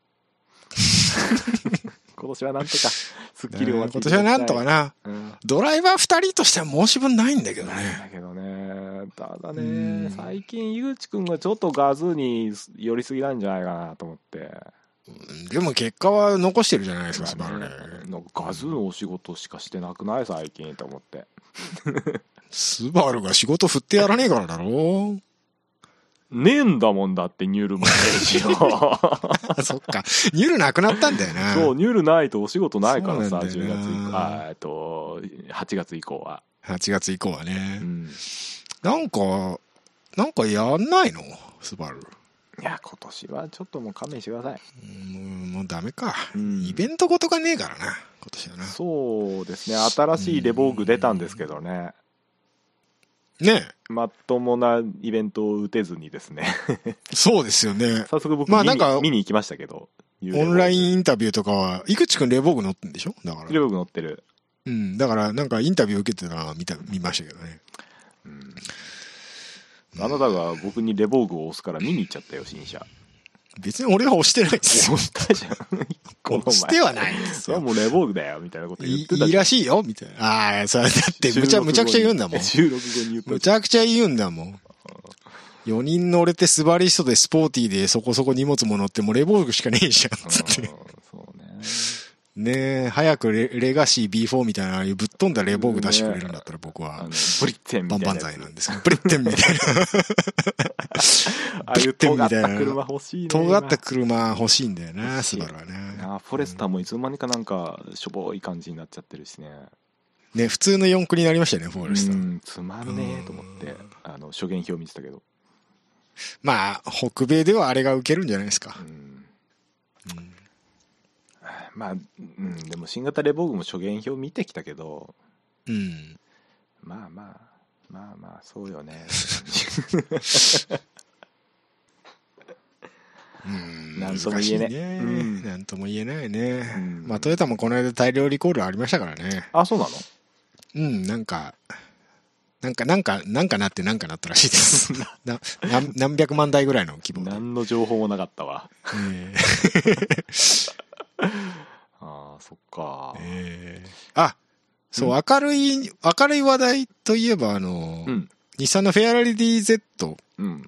S2: 今年はなんとかすっきり終わ
S1: 今
S2: ってい
S1: 年はなんとか
S2: な、
S1: な。
S2: うん
S1: ドライバー2人としては申し分ないんだけど
S2: なん
S1: ね。
S2: だけどねただ
S1: う
S2: ね
S1: ん
S2: 最近井口君がちょっとガズに寄りすぎなんじゃないかなと思って
S1: でも結果は残してるじゃないですか、スバルね。
S2: なんかガズのお仕事しかしてなくない最近と思って
S1: スバルが仕事振ってやらねえからだろ
S2: ねえんだもんだってニュールもねえしよ
S1: あそっか。ニュルなくなったんだよな。
S2: そうニュールないとお仕事ないからさ10月
S1: そう
S2: 以
S1: なんだよな
S2: 降あえっと8月以降は、
S1: 8月以降はね
S2: う。ん、
S1: なんか、なんかやんないのスバル。
S2: いや今年はちょっともう勘弁してください、
S1: うんもうダメか。
S2: うん
S1: イベントごとがねえからな、今年はな。
S2: そうですね新しいレボーグ出たんですけどね、
S1: ね
S2: まともなイベントを打てずにです ね
S1: えそうですよね。
S2: 早速僕見に,、
S1: まあなんか
S2: 見に行きましたけど
S1: オンライ
S2: ン
S1: ンインタビューとかは、井口くんレボーグ乗ってんでしょだから
S2: レ。ボーグ乗ってる、
S1: うん。だから、なんかインタビュー受けてたのは見た、見ましたけどね。
S2: うんあなたが僕にレボーグを押すから見に行っちゃったよ新 車
S1: 別に俺は押してないですよ。
S2: 大丈夫この
S1: 押
S2: 前
S1: してはないです
S2: それは
S1: よ。
S2: もうレボーグだよみたいなこと言
S1: い
S2: ってたじゃん
S1: いいらしいよみたい な。ああ、それだってむちゃ、むちゃくちゃ言うんだもん。
S2: 収録後に言った
S1: むちゃくちゃ言うんだもん。 4人乗れて素晴らしい人でスポーティーでそこそこ荷物も乗ってもうレボーグしかねえじゃん、つって。
S2: そうね。
S1: ねえ、早くレレガシー B4 みたいなああいうぶっ飛んだレボーグ出してくれるんだったら僕
S2: あ
S1: は
S2: の、ブリッテンみた
S1: バ
S2: い
S1: ン
S2: な
S1: バ
S2: や
S1: ン
S2: つ。
S1: 剤なんですけど、ブリッテンみ たいな。
S2: ああいう尖った
S1: ブリッテンみたいな
S2: 車欲しいね。
S1: 尖った車欲しいんだよな、
S2: 欲
S1: ス
S2: しい
S1: バルはね。
S2: なあフォレスターもいつの間にかなんかしょぼい感じになっちゃってるしね
S1: ね、普通の四駆になりましたよね、フォー
S2: う
S1: レスター。
S2: んつまんねえと思ってあの初言表見てたけど
S1: まあ、北米ではあれが受けるんじゃないですか
S2: う。んまあ、うん、でも新型レボーグも初言表見てきたけど
S1: うん。
S2: まあまあまあまあそうよね
S1: うん。
S2: なんとも言えね
S1: 難しいね
S2: うん
S1: なんとも言えないね
S2: う。ん
S1: まあ、トヨタもこの間大量リコールありましたからね。
S2: あそうなの
S1: うん、なんか、なんか、なんか、なんかなってなんかなったらし いです。な何何百万台ぐらいの規模で。
S2: 何の情報もなかったわ
S1: ええ
S2: あーそっか、
S1: ええあ、そう、明るい、明るい話題といえば、あの、
S2: うん
S1: 日産のフェアラリ DZ、
S2: うん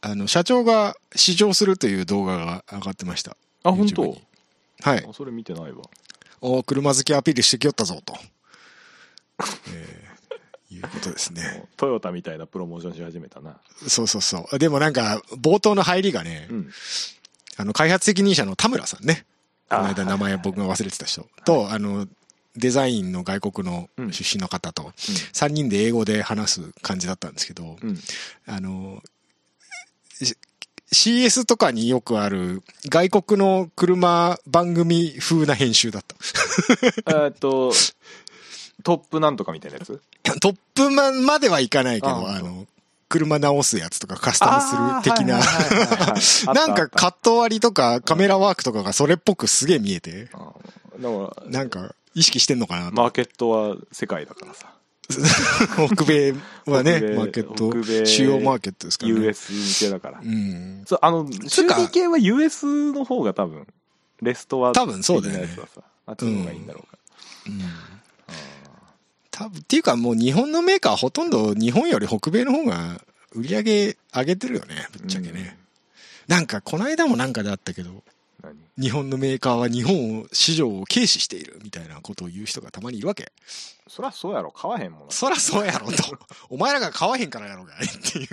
S1: あの、社長が試乗するという動画が上がってました。
S2: あ
S1: YouTube
S2: 本当
S1: にはい。
S2: あそれ見てないわ
S1: おー車好きアピールしてきよったぞ、と。ええいうことですね。
S2: トヨタみたいなプロモーションし始めたな
S1: そうそうそう。でもなんか、冒頭の入りがね、
S2: うん
S1: あの、開発責任者の田村さんね。この間
S2: あ
S1: 名前僕が忘れてた人と、あの、デザインの外国の
S2: うん
S1: 出身の方と、3人で英語で話す感じだったんですけど、
S2: うん
S1: あの、し CS とかによくある外国の車番組風な編集 だった。
S2: えーっと、 トップなんとかみたいなやつ
S1: トップマンまではいかないけど、
S2: あ
S1: あの、車直すやつとかカスタムする的な
S2: あ ー。はいはいはいはいあった
S1: なん
S2: あった
S1: かカット割りとかカメラワークとかがそれっぽくすげえ見えて、
S2: あーだから、
S1: なんか意識してんのかなと
S2: マーケットは世界だからさ。
S1: 北米はね
S2: 北、米
S1: マーケッ
S2: 北
S1: ト、
S2: 米
S1: 主要マーケットですからね。
S2: US 向けだから
S1: う。ん。
S2: そう、あの、
S1: つうか
S2: 2D 系は US の方が多分、レストは、
S1: 多分そうだよね
S2: 的なやつはさあっちの方がいいんだろうか
S1: 多分っていうかもう日本のメーカーはほとんど日本より北米の方が売り上げ上げてるよね、ぶっちゃけね。なんかこの間もなんかであったけど、
S2: ら。何
S1: 日本のメーカーは日本を市場を軽視しているみたいなことを言う人がたまにいるわけ。
S2: そりゃそうやろ、買わへんもんな。
S1: そらそうやろ と。お前らが買わへんからやろうがいってい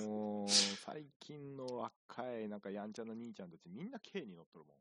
S1: う。
S2: もう、最近の若い、なんかやんちゃな兄ちゃんたちみんな K に乗っとるもん。